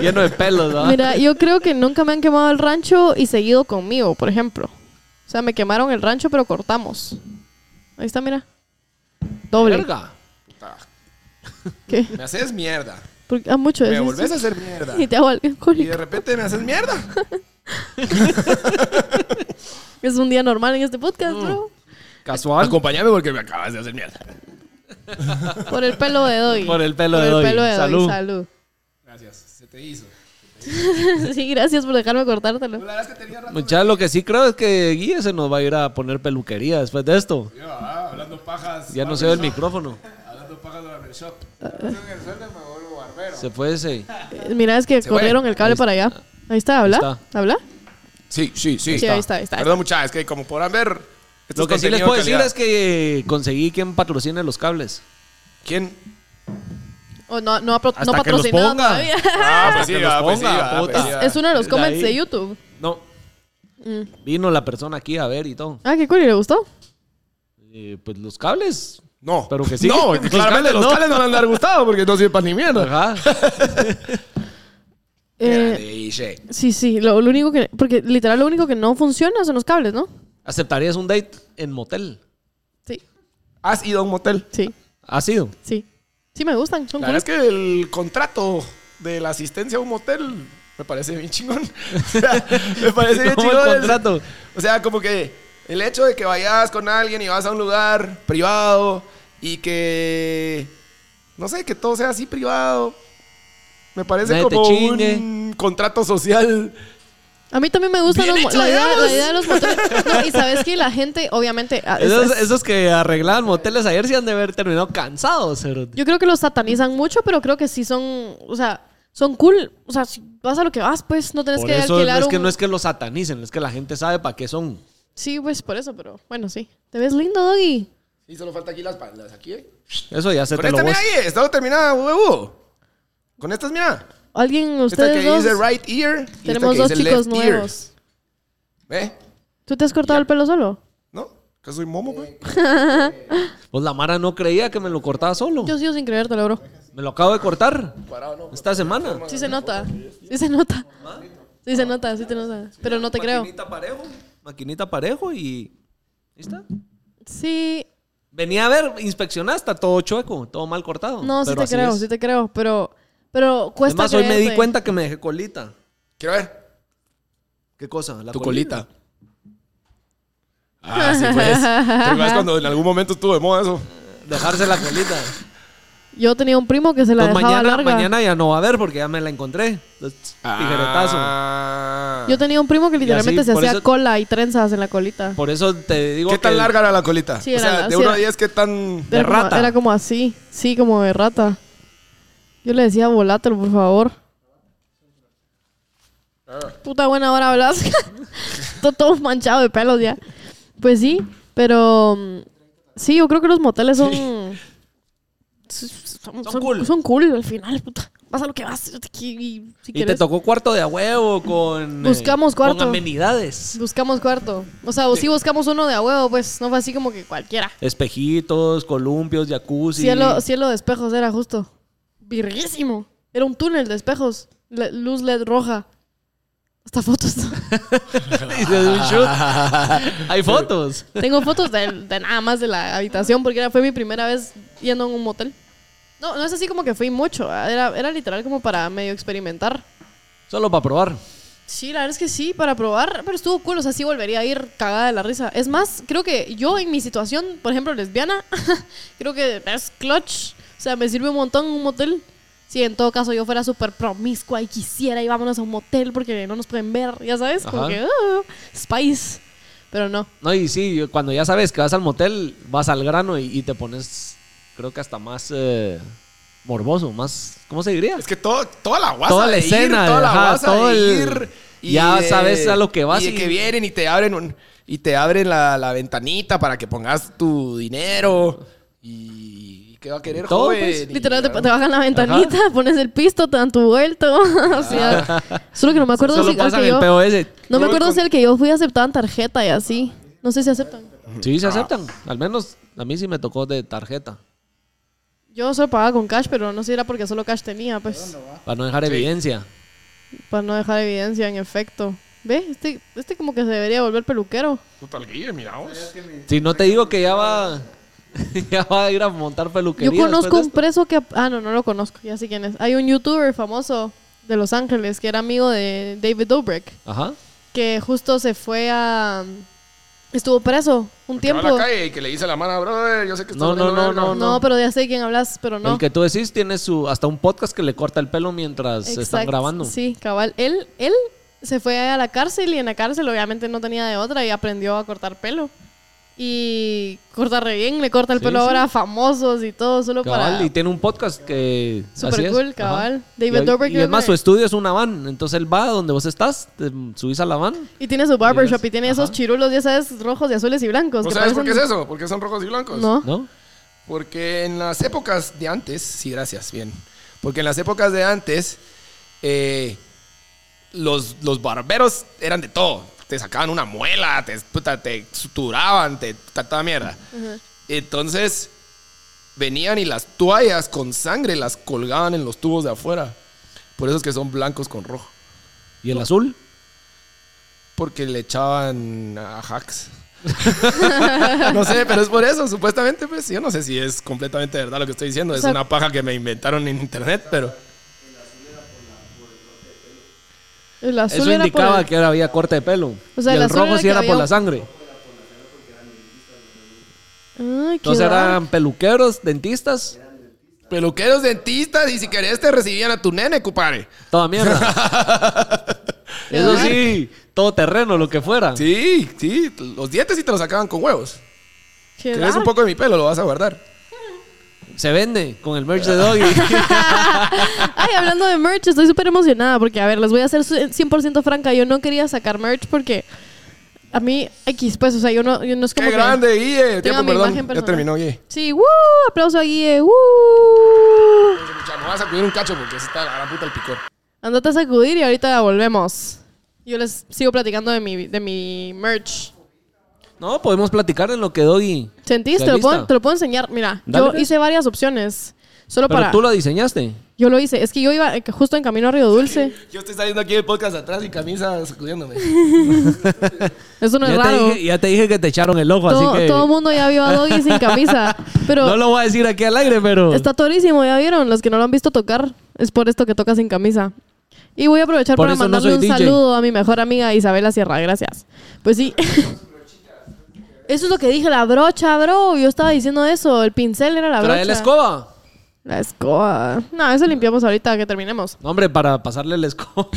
Lleno de pelos, ¿verdad?
Mira, yo creo que nunca me han quemado el rancho y seguido conmigo, por ejemplo. O sea, me quemaron el rancho, pero cortamos. Ahí está, mira. Doble.
Verga.
puta,
¿Qué?
Me haces mierda.
Porque, ah, mucho
Me
decís.
volvés a hacer mierda.
Y te hago algo
Y
alcohólico.
de repente me haces mierda.
Es un día normal en este podcast, bro.
Casual.
Acompáñame porque me acabas de hacer mierda.
Por el pelo de Doggy.
Por el pelo
Por
de
el
Doggy.
pelo de Doggy.
Salud.
Salud.
Gracias. Se te hizo.
sí, gracias por dejarme cortártelo.
La verdad es que tenía rato...
Muchachos, Pues lo que sí creo es que Guille se nos va a ir a poner peluquería después de esto.
Yo, ah, hablando pajas.
Ya no se ve
barber
el
shop,
micrófono.
Hablando pajas de barbershop.
Ah.
Yo en el sueldo me vuelvo barbero.
Se fue ese.
Eh, Mira, es que
Se fue.
corrieron el cable para allá. Ahí está, habla. Habla.
Sí, sí, sí.
Sí, ahí está, ahí está.
Perdón, muchachas, es que como podrán ver. esto
Lo
es
que sí les
contenido
puedo
de
decir
calidad.
es que conseguí quien patrocine los cables.
¿Quién?
O no, no, ha pro- no
Hasta que los
patrocinado
ponga.
todavía.
Ah, pues sí,
que los
ah, pues sí,
ponga,
ah, pues
puta.
sí, ah.
es uno de los
De
comments
ahí.
de YouTube.
No,
Mm.
vino la persona aquí a ver y todo.
Ah, qué cool. ¿Y le gustó?
Eh, pues los cables.
No.
Pero que sí.
No,
Los cables
claramente los
no.
cables no le han de haber gustado porque no sirven para ni mierda.
Ajá.
Eh,
Grande, Guille.
Sí, sí, lo, lo único que. Porque literal lo único que no funciona son los cables, ¿no?
¿Aceptarías un date en motel?
Sí,
¿Has ido a un motel?
sí,
¿Ha sido?
sí. Sí, me gustan. Son
La
cool.
verdad es que el contrato de la asistencia a un motel me parece bien chingón. O sea, me parece bien
¿Cómo el
chingón.
contrato?
O sea, como que el hecho de que vayas con alguien y vas a un lugar privado y que. No sé, que todo sea así privado. Me parece
Nadie te
como
chingue.
un contrato social.
A mí también me gustan
Bien
los mo-
hecho,
la, idea,
digamos.
la idea de los motores. No, y sabes que la gente, obviamente. ah, es-
Esos,
es-
esos que arreglaban moteles ayer sí han de haber terminado cansados. cerote.
Yo creo que los satanizan mucho, pero creo que sí son. O sea, son cool. O sea, si vas a lo que vas, pues no tenés
Por
que
eso no
alquilar
es que
un-
no es que los satanicen, es que la gente sabe para qué son.
Sí, pues por eso, pero bueno, sí. Te ves lindo, Doggy.
Y solo falta aquí las paldas. Aquí, ¿eh?
Eso ya se
Con
te lo
esta,
voy.
mira, ahí, está terminada, huevo. Con estas, mira.
Alguien,
Esta
ustedes
que
dos.
dice right ear. y esta
tenemos
que
dos
dice
chicos
left ear.
nuevos.
¿Eh?
¿Tú te has cortado el pelo solo?
¿No? ¿Que soy momo, güey?
Pues la Mara no creía que me lo cortaba solo.
Yo sigo sin creértelo, bro.
Me lo acabo de cortar
Parado, ¿no?
esta semana.
Sí se nota. Sí se nota. Sí se nota, sí te nota. Pero no te creo.
Maquinita parejo. Maquinita parejo y. ¿Ahí está?
Sí.
Venía a ver, inspeccionaste, está todo chueco, todo mal cortado.
No, sí
pero
te
así
creo,
es.
sí te creo. Pero, pero cuesta
Además, hoy me di
creerte.
cuenta que me dejé colita.
Quiero ver.
¿Qué cosa? La
Tu colita. Ah, sí, pues. ¿Te acuerdas cuando en algún momento estuvo de moda eso?
Dejarse la colita.
Yo tenía un primo que se la
Pues
dejaba
mañana,
larga.
mañana ya no va a haber porque ya me la encontré. Entonces, tijeretazo.
Ah.
Yo tenía un primo que literalmente
así,
se
por
hacía
eso-
cola y trenzas en la colita.
Por eso te digo
¿Qué tan
que-
larga era la colita?
Sí,
o
era
sea,
la-
de
sí,
1 a
era-
10, ¿qué tan...?
De
era como-
rata.
era como así. Sí, como de rata. Yo le decía, volátelo, por favor. Puta buena hora hablas. todo, todo manchado de pelos ya. Pues sí, pero... mm, Sí, yo creo que los moteles son... s- s- Son, son-
cool.
son cool al final, puta. Vas a lo que vas. yo te qui- Y, si
Y te
quieres,
tocó cuarto de a huevo con... eh,
Buscamos cuarto.
Con amenidades.
buscamos cuarto. O sea, o sí buscamos uno de a huevo, pues. No fue así como que cualquiera.
Espejitos, columpios, jacuzzi.
Cielo, cielo de espejos era justo. Virguísimo. Era un túnel de espejos. Le- luz LED roja. Hasta fotos.
Y se dio un shoot. Hay fotos.
Tengo fotos de, de nada más de la habitación porque era, fue mi primera vez yendo a un motel. No, no es así como que fui mucho. Era, era literal como para medio experimentar.
Solo para probar.
Sí, la verdad es que sí, para probar, pero estuvo cool, o sea, sí volvería a ir cagada de la risa. Es más, creo que yo en mi situación, por ejemplo, lesbiana, creo que es clutch, o sea, me sirve un montón un motel. Si en todo caso yo fuera súper promiscua y quisiera y vámonos a un motel porque no nos pueden ver, ya sabes, como
Ajá.
que, "Ah, Spice, pero no.
No, y sí, yo- cuando ya sabes que vas al motel, vas al grano y, y te pones, creo que hasta más eh, morboso, más, ¿cómo se diría?
Es que todo, toda la guasa
Toda la
de ir,
escena,
toda la
ajá,
guasa
todo
de
el-
ir,
ya
de-
sabes a lo que vas
Y, de
y-
que vienen y te abren un- y te abren la, la ventanita para que pongas tu dinero y qué va a querer
Todo,
joven.
pues,
Y-
Literal, te, te bajan la ventanita, pones el pisto, te dan tu vuelto. o sea, solo que no me acuerdo
Ah. Solo
si al
pasan
que
el
yo,
POS.
No
Solo
me acuerdo
con-
si el que yo fui aceptaban tarjeta y así. No sé si aceptan.
Sí,
Ah.
se aceptan. Al menos a mí sí me tocó de tarjeta.
Yo solo pagaba con cash, pero no sé si era porque solo cash tenía, pues.
Para no dejar evidencia.
Para no dejar evidencia, en efecto. ¿Ve? Este, este como que se debería volver peluquero.
Puta, el Guille, mira vos.
Si no te digo que ya va, ya va a ir a montar peluquería.
Yo conozco un
después de
preso que... Ah, no, no lo conozco. Ya sé quién es. Hay un youtuber famoso de Los Ángeles que era amigo de David Dobrik.
esto. Ajá.
Que justo se fue a... mm, Estuvo preso un
Que va
tiempo.
a la calle y que le dice a la mano, brother, yo sé que estás
No, no,
valiendo
no,
verga".
no,
No, pero ya sé de quién hablas, pero no.
El que tú decís tiene su hasta un podcast que le corta el pelo mientras Pues, están
Exacto,
grabando.
Sí, cabal. Él, él se fue a la cárcel y en la cárcel obviamente no tenía de otra y aprendió a cortar pelo. Y corta re bien, le corta el
Sí,
pelo
sí.
ahora a famosos y todo, solo
Cabal,
para...
y tiene un podcast que.
Super
así es,
cool,
ajá.
cabal. David
y,
Dobrik
Y es más,
viene-
su estudio es una van. Entonces él va donde vos estás, te subís a la van.
Y tiene su barbershop
Yes.
y tiene
Ajá.
esos chirulos, ya sabes, rojos y azules y blancos.
¿Vos
que
sabes por qué es
parecen-
eso? ¿Por qué son rojos y blancos?
No.
¿No?
Porque en las épocas de antes, sí, gracias, bien. Porque en las épocas de antes, eh, los, los barberos eran de todo. Te sacaban una muela, te, puta, te suturaban, te ta- toda mierda. Entonces, venían y las toallas con sangre las colgaban en los tubos de afuera. Por eso es que son blancos con rojo.
¿Y el azul?
Porque le echaban a hacks. no sé, pero es por eso, supuestamente, pues yo no sé si es completamente verdad lo que estoy diciendo.
O
es
sea-
una paja que me inventaron en internet, pero
El azul
Eso
era por
indicaba
el-
que era, había corte de pelo.
O sea,
y
el
el,
azul
rojo
era
sí
que
era
había
por
un-
la sangre.
Ay, qué
Entonces
raro.
eran peluqueros, dentistas,
peluqueros, dentistas, y si querés te recibían a tu nene, cupare.
toda mierda. Eso sí, todo terreno, lo que fuera.
Sí, sí, los dientes sí te los sacaban con huevos.
Qué
¿Querés un
raro.
poco de mi pelo? Lo vas a guardar.
Se vende con el merch de Doggy.
Ay, hablando de merch, estoy súper emocionada porque, a ver, les voy a ser su- eh, 100% franca. Yo no quería sacar merch porque a mí, X, pues, o sea, yo no, yo no es como
¡Qué
que-
grande, Guille!
Tengo
Tiempo,
mi
perdón.
imagen
Ya
personal.
terminó, Guille.
Sí, ¡woo! Aplauso a Guille, ¡woo!
Ya no vas a cuidar un cacho porque se está la gran puta el picor.
Andate a sacudir y ahorita volvemos. Yo les sigo platicando de mi, de mi merch.
No, podemos platicar en lo que Doggy.
¿Sentís?
¿Estás
Te lo,
lista?
puedo, te lo puedo enseñar. Mira,
Dale,
yo
pues.
hice varias opciones. Solo
Pero
para...
tú lo diseñaste.
Yo lo hice. Es que yo iba eh, justo en camino a Río Dulce.
Yo estoy saliendo aquí del podcast atrás y camisa sacudiéndome.
Eso no es
ya, te
raro.
dije, ya te dije que te echaron el ojo,
Todo,
así que.
todo mundo ya vio a Doggy sin camisa. Pero
no lo voy a decir aquí al aire, pero.
Está torísimo, ya vieron, los que no lo han visto tocar, es por esto que toca sin camisa. Y voy a aprovechar
Por
para
eso no
mandarle
soy
un
DJ.
saludo a mi mejor amiga Isabela Sierra, gracias. Pues sí. Eso es lo que dije, la brocha, bro. Yo estaba diciendo eso, el pincel era la brocha.
Trae la escoba.
La escoba. No, eso limpiamos ahorita que terminemos.
No, hombre, para pasarle la escoba.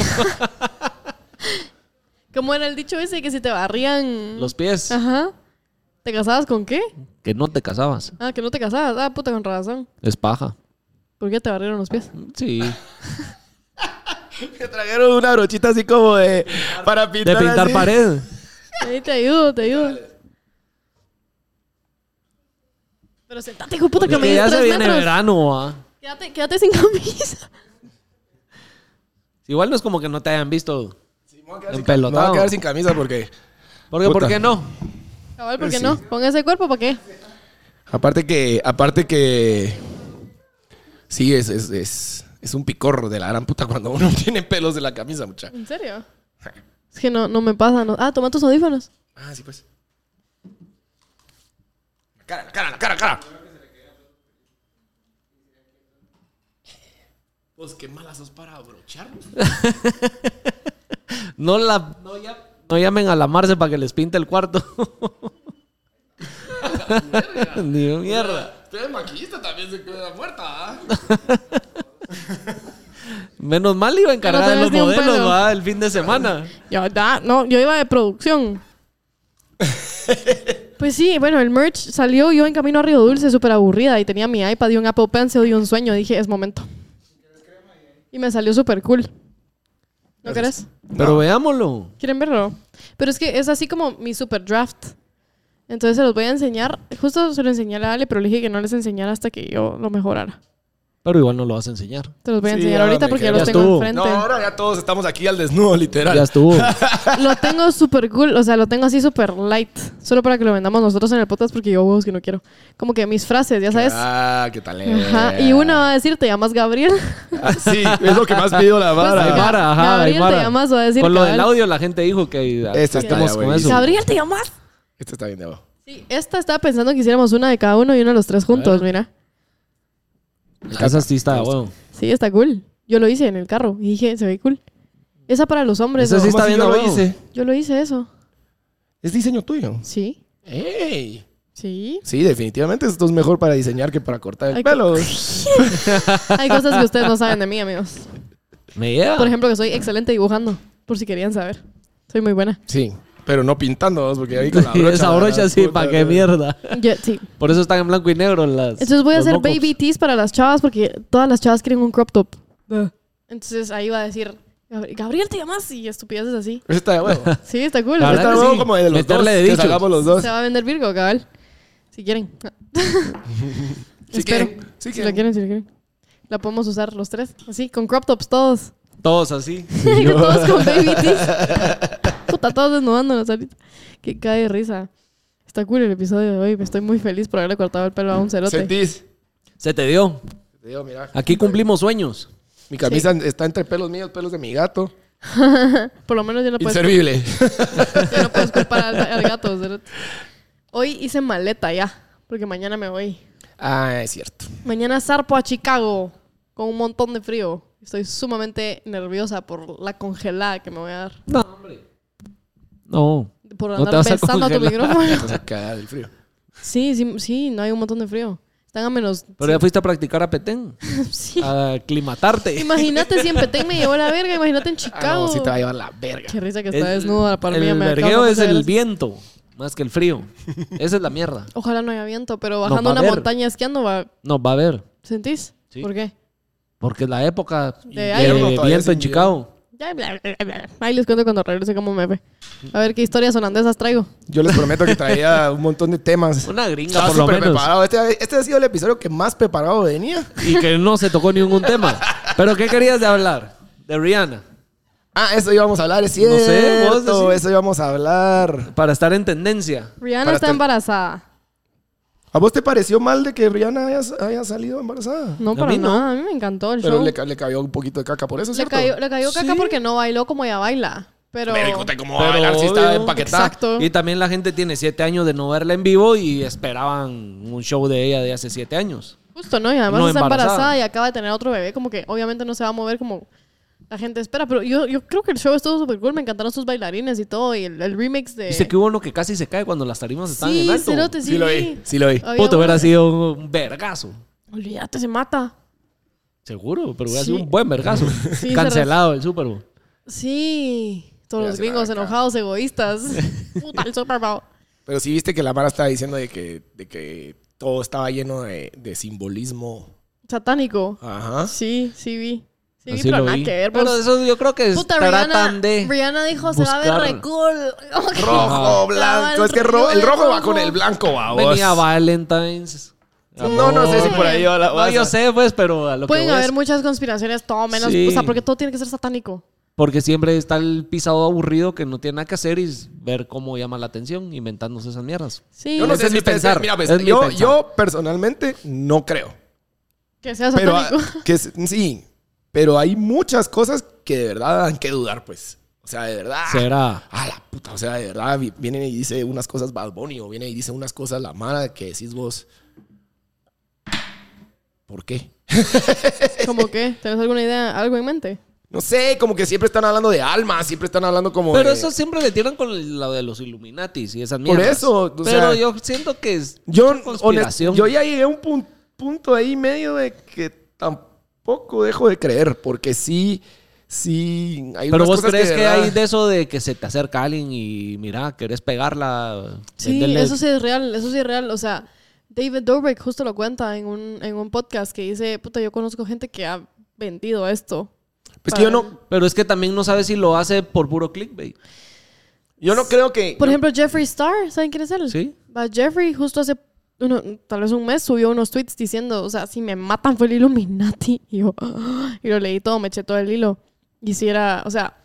Como era el dicho ese que si te barrían.
los pies.
Ajá. ¿Te casabas con qué?
Que no te casabas.
Ah, que no te casabas. Ah, puta, con razón.
Es paja.
¿Por qué te barrieron los pies?
Sí.
Me trajeron una brochita así como de... Para
De
pintar
pintar
así.
pared.
Ahí te ayudo, te ayudo. Pero sentate, hijo de puta, que
Es
me
que ya
dices
se
tres
viene
metros.
verano, ah.
Quédate, quédate sin camisa.
Igual no es como que no te hayan visto.
En
Empelotado.
Me voy a quedar sin camisa porque...
Porque, ¿por
Puta.
qué no?
Cabal, ¿por
Pues
qué
sí.
no? Con ese cuerpo, ¿para qué?
Aparte que... Aparte que... Sí, es, es, es, es un picorro de la gran puta cuando uno tiene pelos de la camisa, mucha.
¿En serio? Es que no, no me pasa. no- Ah, toma tus audífonos.
Ah, sí, pues. La cara, la cara, la cara, la cara. Pues qué malas sos para abrocharlos.
No, la, no, ya- no llamen a la Marce para que les pinte el cuarto. Ni una mierda.
Usted es maquillista también se queda muerta, ¿ah?
Menos mal iba encargada de
tenés
los
ni un
modelos
pelo.
¿va? el fin de semana.
Yo, da- no, yo iba de producción. Pues sí, bueno, el merch salió yo en camino a Río Dulce, súper aburrida, y tenía mi iPad y un Apple Pencil y un sueño. Dije, es momento. Y me salió súper cool. ¿No crees?
Pero veámoslo.
¿Quieren verlo? Pero es que es así como mi super draft. Entonces se los voy a enseñar. Justo se lo enseñé a la Ale, pero le dije que no les enseñara hasta que yo lo mejorara. Pero
igual no lo vas a enseñar.
Te los voy a
Sí,
enseñar
ahora
ahorita
me
porque ya
quedé-
los
Ya
tengo
estuvo.
No,
enfrente.
ahora ya todos estamos aquí al desnudo, literal.
Ya estuvo.
Lo tengo súper cool, o sea, lo tengo así súper light. Solo para que lo vendamos nosotros en el podcast porque yo huevos que no quiero. Como que mis frases, ya sabes.
Ah, qué tal.
Ajá. Y una va a decir, te llamas Gabriel.
Ah, sí, es lo que más pidió la
Pues,
Ay,
vara.
Ga-
Mara, ajá,
Gabriel
ay, Mara.
te llamas, va a decir
Con lo del
cabal.
audio la gente dijo que
Este está
estamos
ya
con
buenísimo.
eso.
Gabriel, te llamas.
Este está bien de abajo.
Sí, esta estaba pensando que hiciéramos una de cada uno y una de los tres juntos, mira.
Esa sí está, bueno.
Sí, está cool. Yo lo hice en el carro y dije, se ve cool. Esa para los hombres.
Esa
¿no?
sí está bien
yo lo
abajo.
hice.
Yo lo hice eso.
Es diseño tuyo.
Sí.
¡Ey!
Sí.
Sí, definitivamente esto es mejor para diseñar que para cortar el
Ay,
pelo.
Hay cosas que ustedes no saben de mí, amigos.
Me lleva.
Por ejemplo, que soy excelente dibujando, por si querían saber. Soy muy buena.
Sí, pero no pintando, ¿vos? porque ahí con la brocha.
esa brocha
la
sí,
puta,
para qué mierda.
Yo, sí.
Por eso están en blanco y negro las.
Entonces voy a
los
hacer
mockups.
baby tees para las chavas porque todas las chavas quieren un crop top.
Ah.
Entonces ahí va a decir, "Gabri- Gabriel, te llamas y estupideces así.
Eso está de huevo. Eso
Sí, está cool.
La
Está
está
verdad
de
que
huevo
sí.
como de los
Meterle
dos.
de
que
dicho.
salgamos los
cool.
dos.
Se va a vender Virgo, cabal. Si quieren.
Sí
Espero.
quieren, sí
Si
quieren.
la quieren, si la quieren. La podemos usar los tres, así, con crop tops todos.
Todos así.
todos con baby tees. Puta, todos desnudándonos ahorita. Que cae de risa. Está cool el episodio de hoy. Me estoy muy feliz por haberle cortado el pelo a un cerote.
Sentís.
Se te dio.
Te digo, mira,
Aquí cumplimos sueños.
mi camisa está entre pelos míos, pelos de mi gato.
Por lo menos ya no puedes,
Inservible.
ya no puedes culpar al, al gato. cerote. Hoy hice maleta ya, porque mañana me voy.
ah, es cierto.
Mañana zarpo a Chicago con un montón de frío. Estoy sumamente nerviosa por la congelada que me voy a dar.
No, hombre. No.
Por
No
andar
te vas a
besando a tu
congelar.
micrófono.
Entonces cagar el frío.
Sí, sí, sí, no hay un montón de frío. Están a menos.
Pero ya fuiste a practicar a Petén.
Sí.
A aclimatarte.
Imagínate si en Petén me llevó la verga, imagínate en Chicago.
Ah, no, sí te va a llevar la verga.
Qué risa que
El-
está desnuda para mí.
El
me acabo de
vergueo es
pasar
el
las-
viento, más que el frío. Esa es la mierda.
Ojalá no haya viento, pero
va
bajando
a
una
haber.
montaña esquiando, va...
No, va a haber.
¿sentís?
Sí.
¿Por qué?
Porque es la época
De
de
aire.
Todavía
viento en
sin
Chicago.
Ya, bla, bla, bla. Ahí les cuento cuando regrese cómo me ve. A ver qué historias holandesas traigo.
Yo les prometo que traía un montón de temas.
Una gringa,
Estaba
por lo
súper
menos.
preparado. Este, este ha sido el episodio que más preparado venía.
Y que no se tocó ningún tema. ¿Pero qué querías de hablar? De Rihanna.
Ah, eso íbamos a hablar, es
No
cierto.
sé, vos decís.
eso íbamos a hablar.
Para estar en tendencia.
Rihanna
Para
está
estar-
embarazada.
¿A vos te pareció mal de que Rihanna haya, haya salido embarazada?
No,
A
para
mí no.
nada. A mí me encantó el
Pero
show.
le, ca- le cayó un poquito de caca por eso,
Le
¿cierto?
cayó, le cayó caca
Sí.
porque no bailó como ella baila. Pero...
Pero puta, ¿cómo va a
Pero
bailar si está
obvio.
empaquetada?
Exacto.
Y también la gente tiene siete años de no verla en vivo y esperaban un show de ella de hace siete años.
Justo, ¿no? Y además
No
está
embarazada.
embarazada. y acaba de tener otro bebé, como que obviamente no se va a mover como la gente espera. Pero yo, yo creo que el show estuvo súper cool, me encantaron sus bailarines y todo, y el, el remix de...
Dice que hubo uno que casi se cae cuando las tarimas estaban
sí,
en alto.
cerote, sí,
Sí lo
vi.
vi, sí lo vi.
Había
Puto, hubiera
uno-
sido un un vergazo.
Olvídate, se mata.
Seguro, pero hubiera
Sí.
sido un buen vergazo.
se
Cancelado el Super Bowl.
Sí. Todos
Ya
los
se
gringos
va acá.
enojados, egoístas. Puta, el Super Bowl.
Pero sí viste que la Mara estaba diciendo de que, de que todo estaba lleno de, de simbolismo.
Satánico.
Ajá.
Sí, sí vi. Sí vi,
Ah. Así
pero
lo
nada
vi.
que ver.
Pero
pues.
eso yo creo que
Puta,
tratan
Rihanna,
de...
Rihanna dijo, se va a ver
buscar-
re cool. Como que-
Rojo, blanco. Es que ro- el rojo va con el blanco, va. vos.
Venía Valentine's.
No, no sé si por ahí va la
No, yo sé, pues, pero a lo que
Pueden
voy
haber
es-
muchas conspiraciones, todo menos.
Sí.
O sea, porque todo tiene que ser satánico.
Porque siempre está el pisado aburrido que no tiene nada que hacer y es ver cómo llama la atención inventándose esas mierdas.
Sí.
Yo no
Ese
sé
es
si
mi
ustedes-
pensar,
Mira, pues,
es mi
yo,
pensar.
yo personalmente no creo.
Que sea
Pero
satánico.
ah, que es- sí, pero hay muchas cosas que de verdad dan que dudar, pues. O sea, de verdad.
Será.
Ah, la puta, o sea, de verdad vi- viene y dice unas cosas Bad Bunny o viene y dice unas cosas la Mara que decís vos. ¿Por qué?
eh,
¿Cómo qué? ¿Tenés alguna idea, algo en mente?
No sé, como que siempre están hablando de almas, siempre están hablando como
Pero
de-
eso siempre le tiran con lo de los Illuminatis y esas
Por
mierdas.
eso, o
Pero
sea,
yo siento que es
Yo,
mucha conspiración.
honest- yo ya llegué a un pun- punto ahí medio de que tampoco dejo de creer, porque sí, sí, hay
Pero
unas
vos
cosas
crees
de
que,
verdad-
hay de eso de que se te acerca alguien y mira, querés pegarla.
Sí,
venderle-
eso sí es real, eso sí es real. O sea, David Dobrik justo lo cuenta en un, en un podcast que dice, puta, yo conozco gente que ha vendido esto.
Pues que yo
para-
no,
Pero es que también no sabes si lo hace por puro clickbait.
yo no creo que...
Por
yo-
ejemplo, Jeffrey Star, ¿saben quién es él?
Sí.
Va, Jeffrey justo hace uno- tal vez un mes subió unos tweets diciendo, o sea, si me matan fue el Illuminati. Y yo, ¡ah! y lo leí todo, me eché todo el hilo. Y si era, o sea,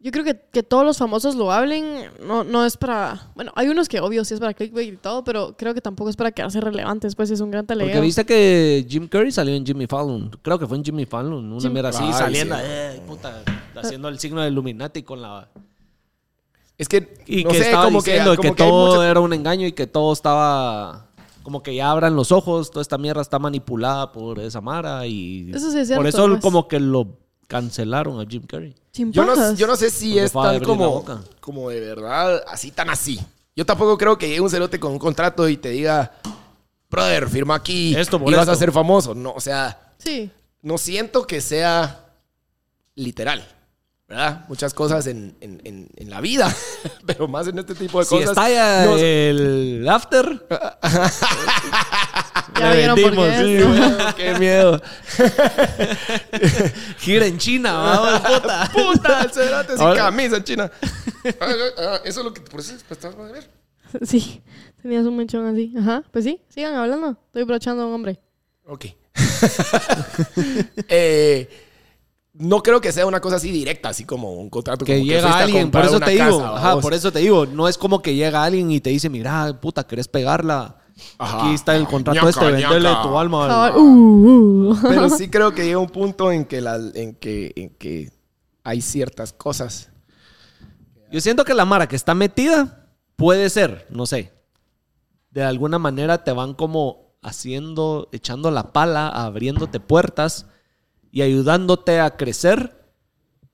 yo creo que, que todos los famosos lo hablen, no, no es para, bueno, hay unos que obvio sí es para clickbait y todo, pero creo que tampoco es para quedarse relevantes, pues es un gran
Porque
teleguero.
viste que Jim Curry salió en Jimmy Fallon. Creo que fue en Jimmy Fallon. Una
Jim-
mierda así,
Ay,
saliendo.
sí.
eh, puta, haciendo el signo de Illuminati con la.
Es que,
Y
no
que
sé,
estaba
como que,
diciendo que,
como que hay
todo
muchas-
era un engaño y que todo estaba. Como que ya abran los ojos, toda esta mierda está manipulada por esa Mara y.
Eso sí es
Por
cierto,
eso
pues.
como que lo cancelaron a Jim Carrey.
Sin
Yo no,
pajas.
yo no sé si
Porque
es
acaba de
tan
abrir la
como,
boca.
como de verdad, así tan así. Yo tampoco creo que llegue un cerote con un contrato y te diga, brother, firma aquí
Esto por
y vas a
esto".
ser famoso. No, o sea,
Sí.
no siento que sea literal, ¿verdad? Muchas cosas en, en- en- en la vida, pero más en este tipo de
Si
cosas.
estalla
no-
el after,
Ya vieron por qué
sí,
es, ¿no?
güey, qué miedo.
gira en China, vamos, puta.
Puta, el cerote sin
Ahora-
camisa en China. Ah, ah, ah, Eso es lo que por eso pues, estás a ver.
Sí, tenías un mechón así. Ajá, pues sí, sigan hablando. Estoy brochando a un hombre.
Ok. Eh, no creo que sea una cosa así directa, así como un contrato
Que
como
llega
fuiste a
alguien, por
comprar
eso
una
te digo.
casa,
Ajá,
vamos.
por eso te digo. No es como que llega alguien y te dice, mira, puta, ¿querés pegarla?
Ajá.
Aquí está el contrato
Ñaca,
este, venderle
ñaca.
tu alma. al-
Ahora- Uh, uh.
Pero sí creo que llega un punto en que, la, en que, en que hay ciertas cosas.
Yo siento que la Mara que está metida puede ser, no sé. De alguna manera te van como haciendo, echando la pala, abriéndote puertas y ayudándote a crecer,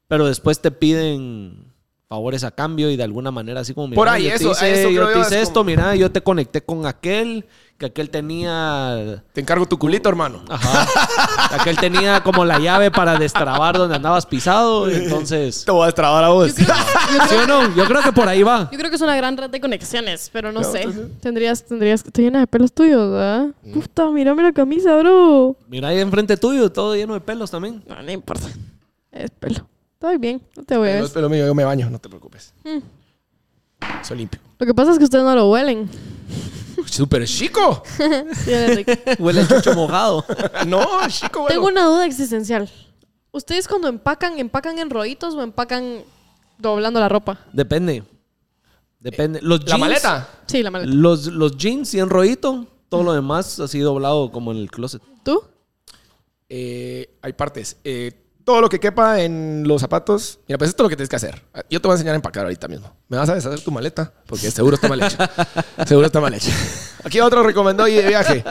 pero después te piden favores a cambio y de alguna manera así como mira,
Por ahí,
yo te
eso-
hice,
eso
yo
creo
te
yo,
hice
es
esto,
como-
mira, yo te conecté con aquel, que aquel tenía
Te encargo tu culito, hermano.
Ah. ajá, aquel tenía como la llave para destrabar donde andabas pisado, entonces
Te voy a destrabar a vos.
Yo creo, yo
¿Sí
creo-
o no? Yo creo que por ahí va.
yo creo que es una gran red de conexiones, pero no,
No,
sé.
entonces- Mm.
Tendrías, tendrías que. Estoy llena de pelos tuyos, ¿verdad? Puta, mírame la camisa, bro.
Mira ahí enfrente tuyo, todo lleno de pelos también.
No, no importa. Es pelo. Estoy bien, no te voy a ver.
Pero mío, yo me baño, no te preocupes. Soy limpio.
Lo que pasa es que ustedes no lo huelen.
¡Súper chico!
Tiene rico.
Huele a chucho mojado.
No, chico, bueno.
Tengo una duda existencial. ¿Ustedes cuando empacan, empacan en rollitos o empacan doblando la ropa?
Depende. Depende. Los
La
jeans,
maleta.
Sí, la maleta.
Los, los jeans y en rollito, todo lo demás así doblado como en el closet.
¿Tú?
Eh, hay partes. Eh, todo lo que quepa en los zapatos. Mira, pues esto es lo que tienes que hacer. Yo te voy a enseñar a empacar ahorita mismo. Me vas a deshacer tu maleta porque seguro está mal hecha. seguro está mal hecha. Aquí otro recomendado y de viaje.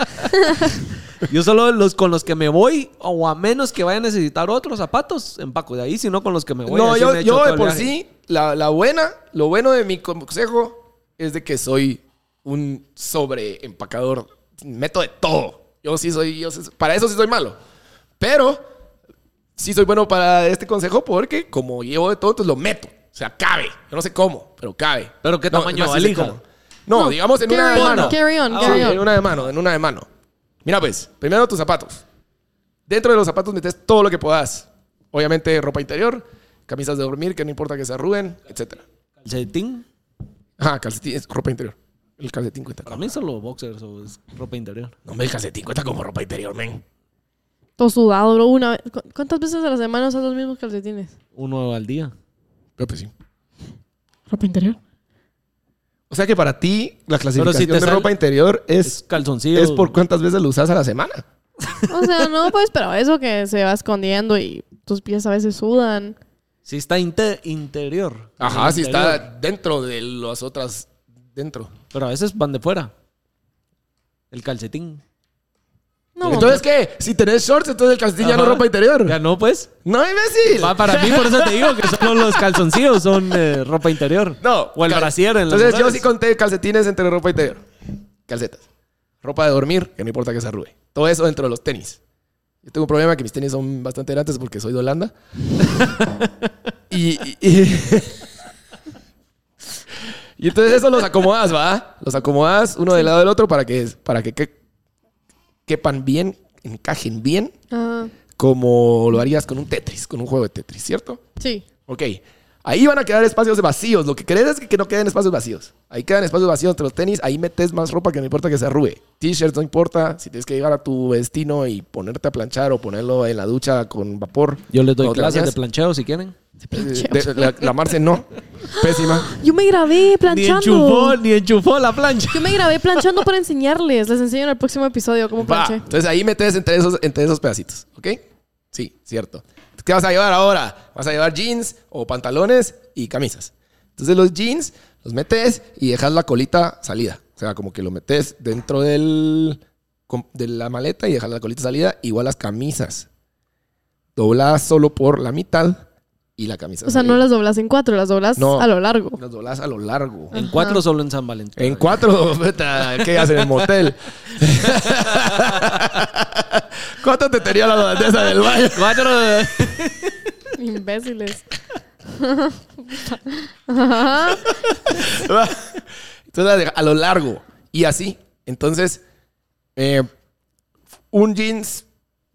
Yo solo los con los que me voy, o a menos que vaya a necesitar otros zapatos, empaco de ahí, sino con los que me voy.
No,
así
yo,
me echo
yo
todo
de
el
por
viaje.
sí, la, la buena, lo bueno de mi consejo es de que soy un sobreempacador. Meto de todo. Yo sí soy, yo sí- para eso sí soy malo. Pero sí soy bueno para este consejo porque como llevo de todo, entonces lo meto. O sea, cabe. Yo no sé cómo, pero cabe.
Pero ¿qué
No,
tamaño
es más, sí sé
valija?
cómo. No, digamos en una de
carry on,
mano.
Carry on,
Ah,
carry
Sí,
on.
en una de mano, en una de mano. Mira pues, primero tus zapatos. Dentro de los zapatos metes todo lo que puedas. Obviamente ropa interior, camisas de dormir, que no importa que se arruguen, etc.
Calcetín,
Ah, calcetín, es ropa interior. El calcetín cuenta como...
también solo boxers o es ropa interior.
No, me el calcetín cuenta como ropa interior, men.
Todo sudado, bro. Una vez. ¿Cu- ¿Cuántas veces a la semana usas los mismos calcetines?
Uno al día.
Pero pues sí.
¿Ropa interior?
O sea que para ti la clasificación
si te
de
sal-
ropa interior
Es
es,
calzoncillo.
es por cuántas veces lo usas a la semana.
O sea, no, pues, pero eso que se va escondiendo y tus pies a veces sudan.
Si está inte- interior.
Ajá, si está
Interior.
dentro de las otras... Dentro.
Pero a veces van de fuera. El calcetín.
No,
entonces, ¿qué? Si tenés shorts, entonces el calcetín ya no
Ajá.
es ropa interior.
Ya no, pues.
No, imbécil.
Va para mí, por eso te digo que solo los calzoncillos son eh, ropa interior.
No.
O el
cal-
brasier en las
Entonces yo
mujeres.
sí conté calcetines entre ropa interior. Calcetas. Ropa de dormir, que no importa que se arrugue. Todo eso dentro de los tenis. Yo tengo un problema que mis tenis son bastante grandes porque soy de Holanda. y, y- y- Y entonces eso los acomodas, ¿va? Los acomodas uno del lado del otro para que, para que, que- quepan bien, encajen bien,
Ajá.
como lo harías con un Tetris, con un juego de Tetris, ¿cierto?
Sí.
Ok. Ahí van a quedar espacios vacíos. Lo que crees es que- que no queden espacios vacíos. Ahí quedan espacios vacíos entre los tenis. Ahí metes más ropa que no importa que se arrugue. T-shirts no importa. Si tienes que llegar a tu destino y ponerte a planchar o ponerlo en la ducha con vapor.
Yo les doy
Cuando te
clases de
bañas.
plancheo si quieren.
Eh, de- la, la Marce no. Pésima.
Yo me grabé planchando.
ni enchufó la plancha.
Yo me grabé planchando para enseñarles. Les enseño en el próximo episodio cómo
Va.
planché.
Entonces ahí metes entre esos, entre esos pedacitos. ¿Ok? Sí, cierto. ¿Qué vas a llevar ahora? Vas a llevar jeans o pantalones y camisas. Entonces los jeans los metes y dejas la colita salida. O sea, como que lo metes dentro del, com- de la maleta y dejas la colita salida. Igual las camisas. Dobladas solo por la mitad y la camisa.
O sea, no
salida.
las doblas en cuatro, las doblas
No.
a lo largo.
Las doblas a lo largo.
En cuatro solo en San Valentín.
En cuatro, puta, ¿qué hacen en el motel? ¿Cuánto te tenía la holandesa del baño?
Cuatro.
Imbéciles.
Entonces, a lo largo y así. Entonces, eh, un jeans,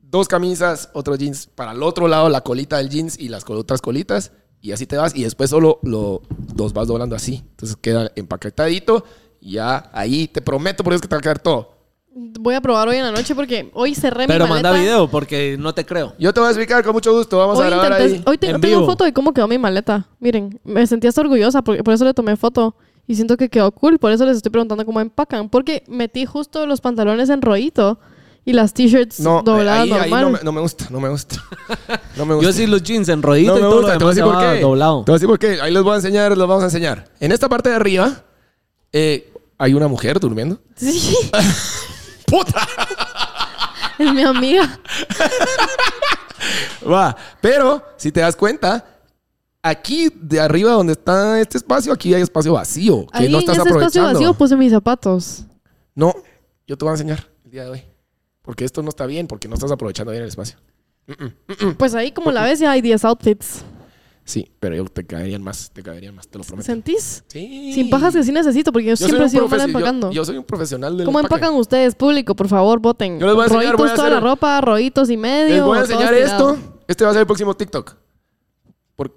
dos camisas, otro jeans para el otro lado, la colita del jeans y las col- otras colitas. Y así te vas. Y después solo lo, los vas doblando así. Entonces queda empaquetadito. y Ya ahí te prometo, por eso es que te va a quedar todo.
Voy a probar hoy en la noche porque hoy cerré
Pero
mi maleta.
manda video porque no te creo.
Yo te voy a explicar con mucho gusto. Vamos a
Hoy,
grabar
intenté-
ahí.
hoy te-
en
tengo
vivo.
foto de cómo quedó mi maleta. Miren, me sentí hasta orgullosa porque por eso le tomé foto. Y siento que quedó cool. Por eso les estoy preguntando cómo empacan. Porque metí justo los pantalones en rollito y las t-shirts
No,
dobladas
ahí, ahí
normal.
no, me, no me gusta, no me gusta. No me gusta.
Yo sí los jeans en rodito
no
y
me
todo lo
gusta, te voy a
demás
decir por
va
qué.
doblado.
Te voy a decir por qué. Ahí les voy a enseñar, los vamos a enseñar. En esta parte de arriba eh, hay una mujer durmiendo.
Sí,
¡Puta!
es mi amiga.
Va. Pero, si te das cuenta, aquí de arriba donde está este espacio, aquí hay espacio vacío que
Ahí
no
en
estás
ese espacio
aprovechando.
pues.
vacío puse mis zapatos.
No, yo te voy a enseñar el día de hoy. Porque esto no está bien, porque no estás aprovechando bien el espacio. Mm.
Pues ahí, como la ves, ya hay 10 outfits.
Sí, pero yo te caerían más, te caerían más, te lo prometo.
¿Sentís?
Sí.
Sin pajas que sí necesito porque yo,
Yo soy
siempre he
un
sido mala
profes- yo-
empacando.
Yo, soy un profesional del
¿Cómo
empaque.
empacan ustedes, público? Por favor, voten.
Yo les voy a enseñar, voy
rollitos
a
toda
hacer-
la ropa, rollitos y medio.
Les voy a
todo
enseñar
estirado.
esto. Este va a ser el próximo TikTok. Por...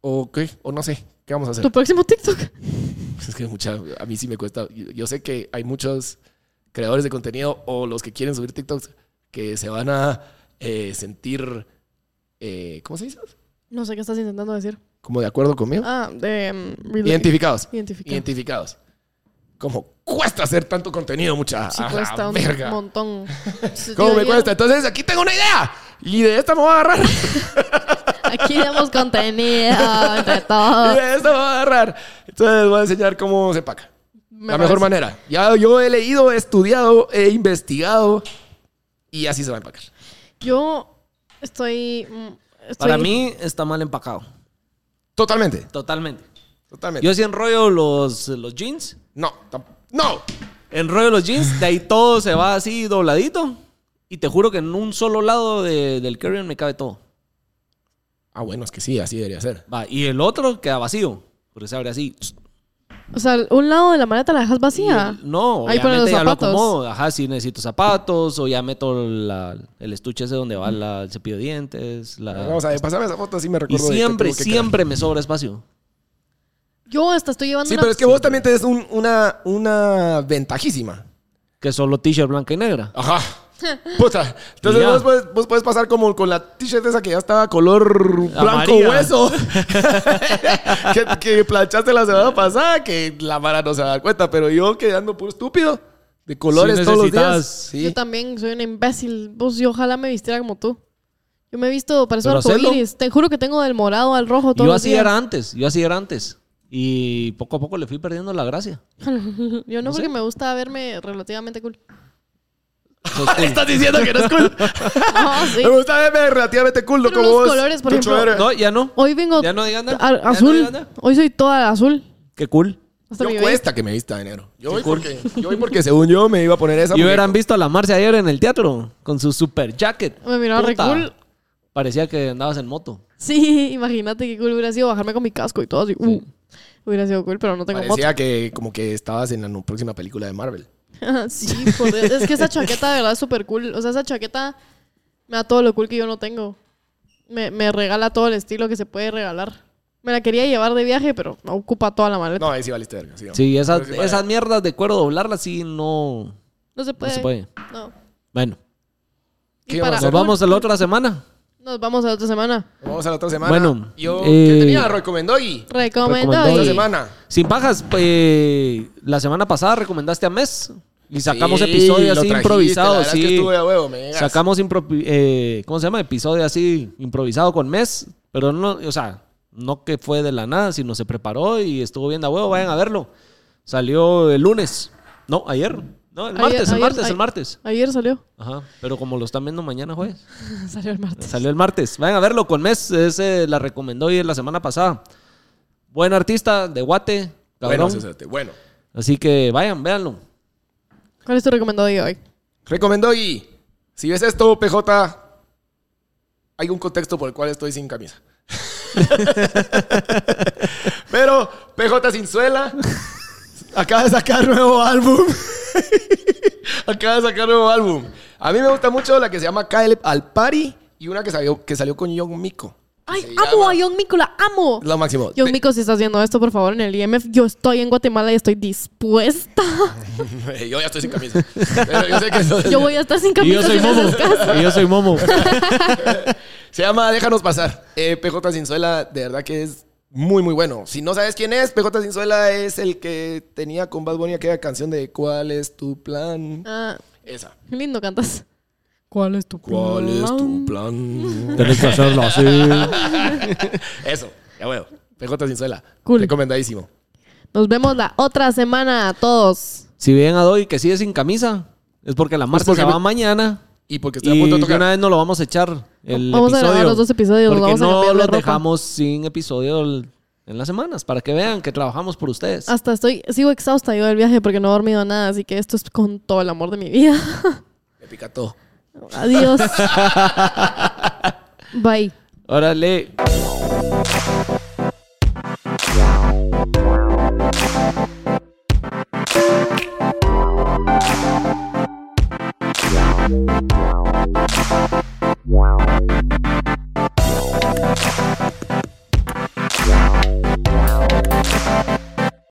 O qué, o no sé. ¿Qué vamos a hacer?
Tu próximo TikTok.
Es que mucha, a mí sí me cuesta. Yo, yo sé que hay muchos creadores de contenido o los que quieren subir TikToks que se van a eh, sentir, eh, ¿cómo se dice?
No sé qué estás intentando decir.
Como de acuerdo conmigo.
Ah, de. mm, rela-
Identificados.
Identificado.
Identificados. Como cuesta hacer tanto contenido, mucha.
Sí,
a la
cuesta un
Ah, verga.
montón. Sí,
¿Cómo
yo-
me
yo-
cuesta? Entonces aquí tengo una idea. Y de esta me voy a agarrar.
Aquí damos contenido entre todos.
Ah.
Y de esta me voy a agarrar. Entonces voy a enseñar cómo se paca.
Me
la mejor
parece.
manera. Ya yo he leído, he estudiado, he investigado. Y así se va a empacar.
Yo estoy. mm, estoy-
Para mí está mal empacado.
Totalmente.
Totalmente.
Totalmente.
Yo sí enrollo los, los jeans.
No. tam- No.
Enrollo los jeans, de ahí todo se va así dobladito. Y te juro que en un solo lado de- del carry-on me cabe todo.
Ah, bueno, es que sí, así debería ser.
Va, y el otro queda vacío. Porque se abre así.
O sea, un lado de la maleta la dejas vacía.
Y el- No,
ah. Ahí ponen los
obviamente ya lo
zapatos.
acomodo. Ajá, si necesito zapatos o ya meto la- el estuche ese donde va la- el cepillo de dientes. la-
Vamos a ver, pasame esa foto, así me
Ah. y
recuerdo. de qué
siempre,
tengo que
siempre me sobra espacio.
Yo hasta estoy llevando
quedar. Sí,
una-
pero es que vos también tenés un- una, una ventajísima.
Que solo t-shirt blanca y negra.
Ajá. Puta. Entonces
Y ya.
vos puedes, vos puedes pasar como con la t-shirt esa que ya estaba color blanco
Amarilla.
hueso. que, que planchaste la semana pasada, que la Mara no se va a dar cuenta, pero yo quedando puro estúpido. De colores
Sí
todos los días.
necesitas-
Sí.
Yo también soy una imbécil. Vos, yo ojalá me vistiera como tú. Yo me he visto, parece un
Pero hacelo.
arcoíris. Te juro que tengo del morado al rojo todos
Yo
los
así
días.
era antes, yo así era antes. Y poco a poco le fui perdiendo la gracia.
Yo no,
No
porque
sé.
me gusta verme relativamente cool.
Sos cool.
Estás diciendo que no es cool.
No, Ah, sí.
Me gusta verme relativamente cool, no
Pero
como
los
vos.
colores, por
Qué
ejemplo.
chévere.
No, ya no.
Hoy vengo
Ya no digas nada.
a-
Ya no
azul.
digas nada.
Hoy soy toda azul.
Qué cool.
Hasta mi
Yo
bello.
cuesta que me vista de negro. Yo voy,
cool.
porque, yo voy porque según yo me iba a poner esa.
Y
porque-
hubieran visto a la Marcia ayer en el teatro con su super jacket.
Me miraba re
Puta.
cool.
Parecía que andabas en moto.
Sí, imagínate qué cool hubiera sido bajarme con mi casco y todo así. Uh, Hubiera sido cool, pero no tengo
Parecía que como que estabas en la nu- próxima película de Marvel.
moto. sí, por Dios. Es que esa chaqueta de verdad es súper cool. O sea, esa chaqueta me da todo lo cool que yo no tengo. Me, me regala todo el estilo que se puede regalar. Me la quería llevar de viaje, pero no ocupa toda la maleta.
No, ahí sí valiste verga. Sí, no.
Sí, esas,
Pero sí,
esas mierdas de cuero doblarlas sí no,
No, se
no
puede.
se puede.
No.
Bueno,
Y
¿Qué vamos
para-
a
nos vamos a la otra semana.
Nos vamos a la otra semana.
Vamos a la otra semana.
Bueno,
yo
eh,
¿qué tenía recomendó y
Recomendó.
Recomendó.
esta
Sí.
semana.
Sin pajas, eh, la semana pasada recomendaste a Mes y sacamos
Sí,
episodio así
lo trajiste, la
improvisado.
verdad es que
sí.
estuve a huevo, me llegas.
Sacamos, impro- eh, ¿cómo se llama? Episodio así improvisado con Mes, pero no, o sea, no que fue de la nada, sino se preparó y estuvo bien de a huevo, vayan a verlo. Salió el lunes, no, ayer, no, el
Ayer-
martes, el
ayer-
martes,
ayer-
el martes.
Ayer salió.
Ajá, pero como lo están viendo mañana jueves,
salió el martes.
salió el martes. Vayan a verlo con Mes, ese la recomendó y la semana pasada. Buen artista de Guate,
Bueno,
cabrón.
Césate, bueno.
Así que vayan, véanlo.
¿Cuál es tu recomendado de hoy?
Recomendó y si ves esto, PJ, hay un contexto por el cual estoy sin camisa. Pero PJ sin suela acaba de sacar nuevo álbum. acaba de sacar nuevo álbum. A mí me gusta mucho la que se llama Kyle al Party y una que salió, que salió con Young Miko.
Ay,
Se
amo
llama-
a Young Mico, la amo.
Lo máximo.
Young
De-
Mico, si estás viendo esto, por favor, en el IMF, yo estoy en Guatemala y estoy dispuesta.
Yo ya estoy sin camisa. Pero yo sé que eso-
Yo voy a estar sin
Y yo
camisa
soy
si me
Momo.
haces caso.
Y yo soy Momo.
Se llama Déjanos pasar. Eh, PJ Sinzuela, de verdad que es muy, muy bueno. Si no sabes quién es, PJ Sinzuela es el que tenía con Bad Bunny aquella canción de ¿Cuál es tu plan?
Ah,
Esa.
qué lindo cantas. ¿Cuál es tu
¿Cuál es
Mm.
tu plan?
Tenés que hacerlo así.
Eso, ya veo. PJ Sinzuela.
Cool.
Recomendadísimo.
Nos vemos la otra semana a todos.
Si ven a Doy que sigue sin camisa, es porque la marcha
porque
se va
no-
mañana.
Y porque estoy
Y
a punto de
de
tocar.
una vez no lo vamos a echar el
Vamos a
episodio.
grabar los dos episodios, los
Porque
vamos a
no
cambiar de
los
ropa.
dejamos sin episodio el- en las semanas. Para que vean que trabajamos por ustedes.
Hasta estoy, sigo exhausta yo del viaje porque no he dormido nada, así que esto es con todo el amor de mi vida.
Me pica todo.
Adiós. Bye.
Órale.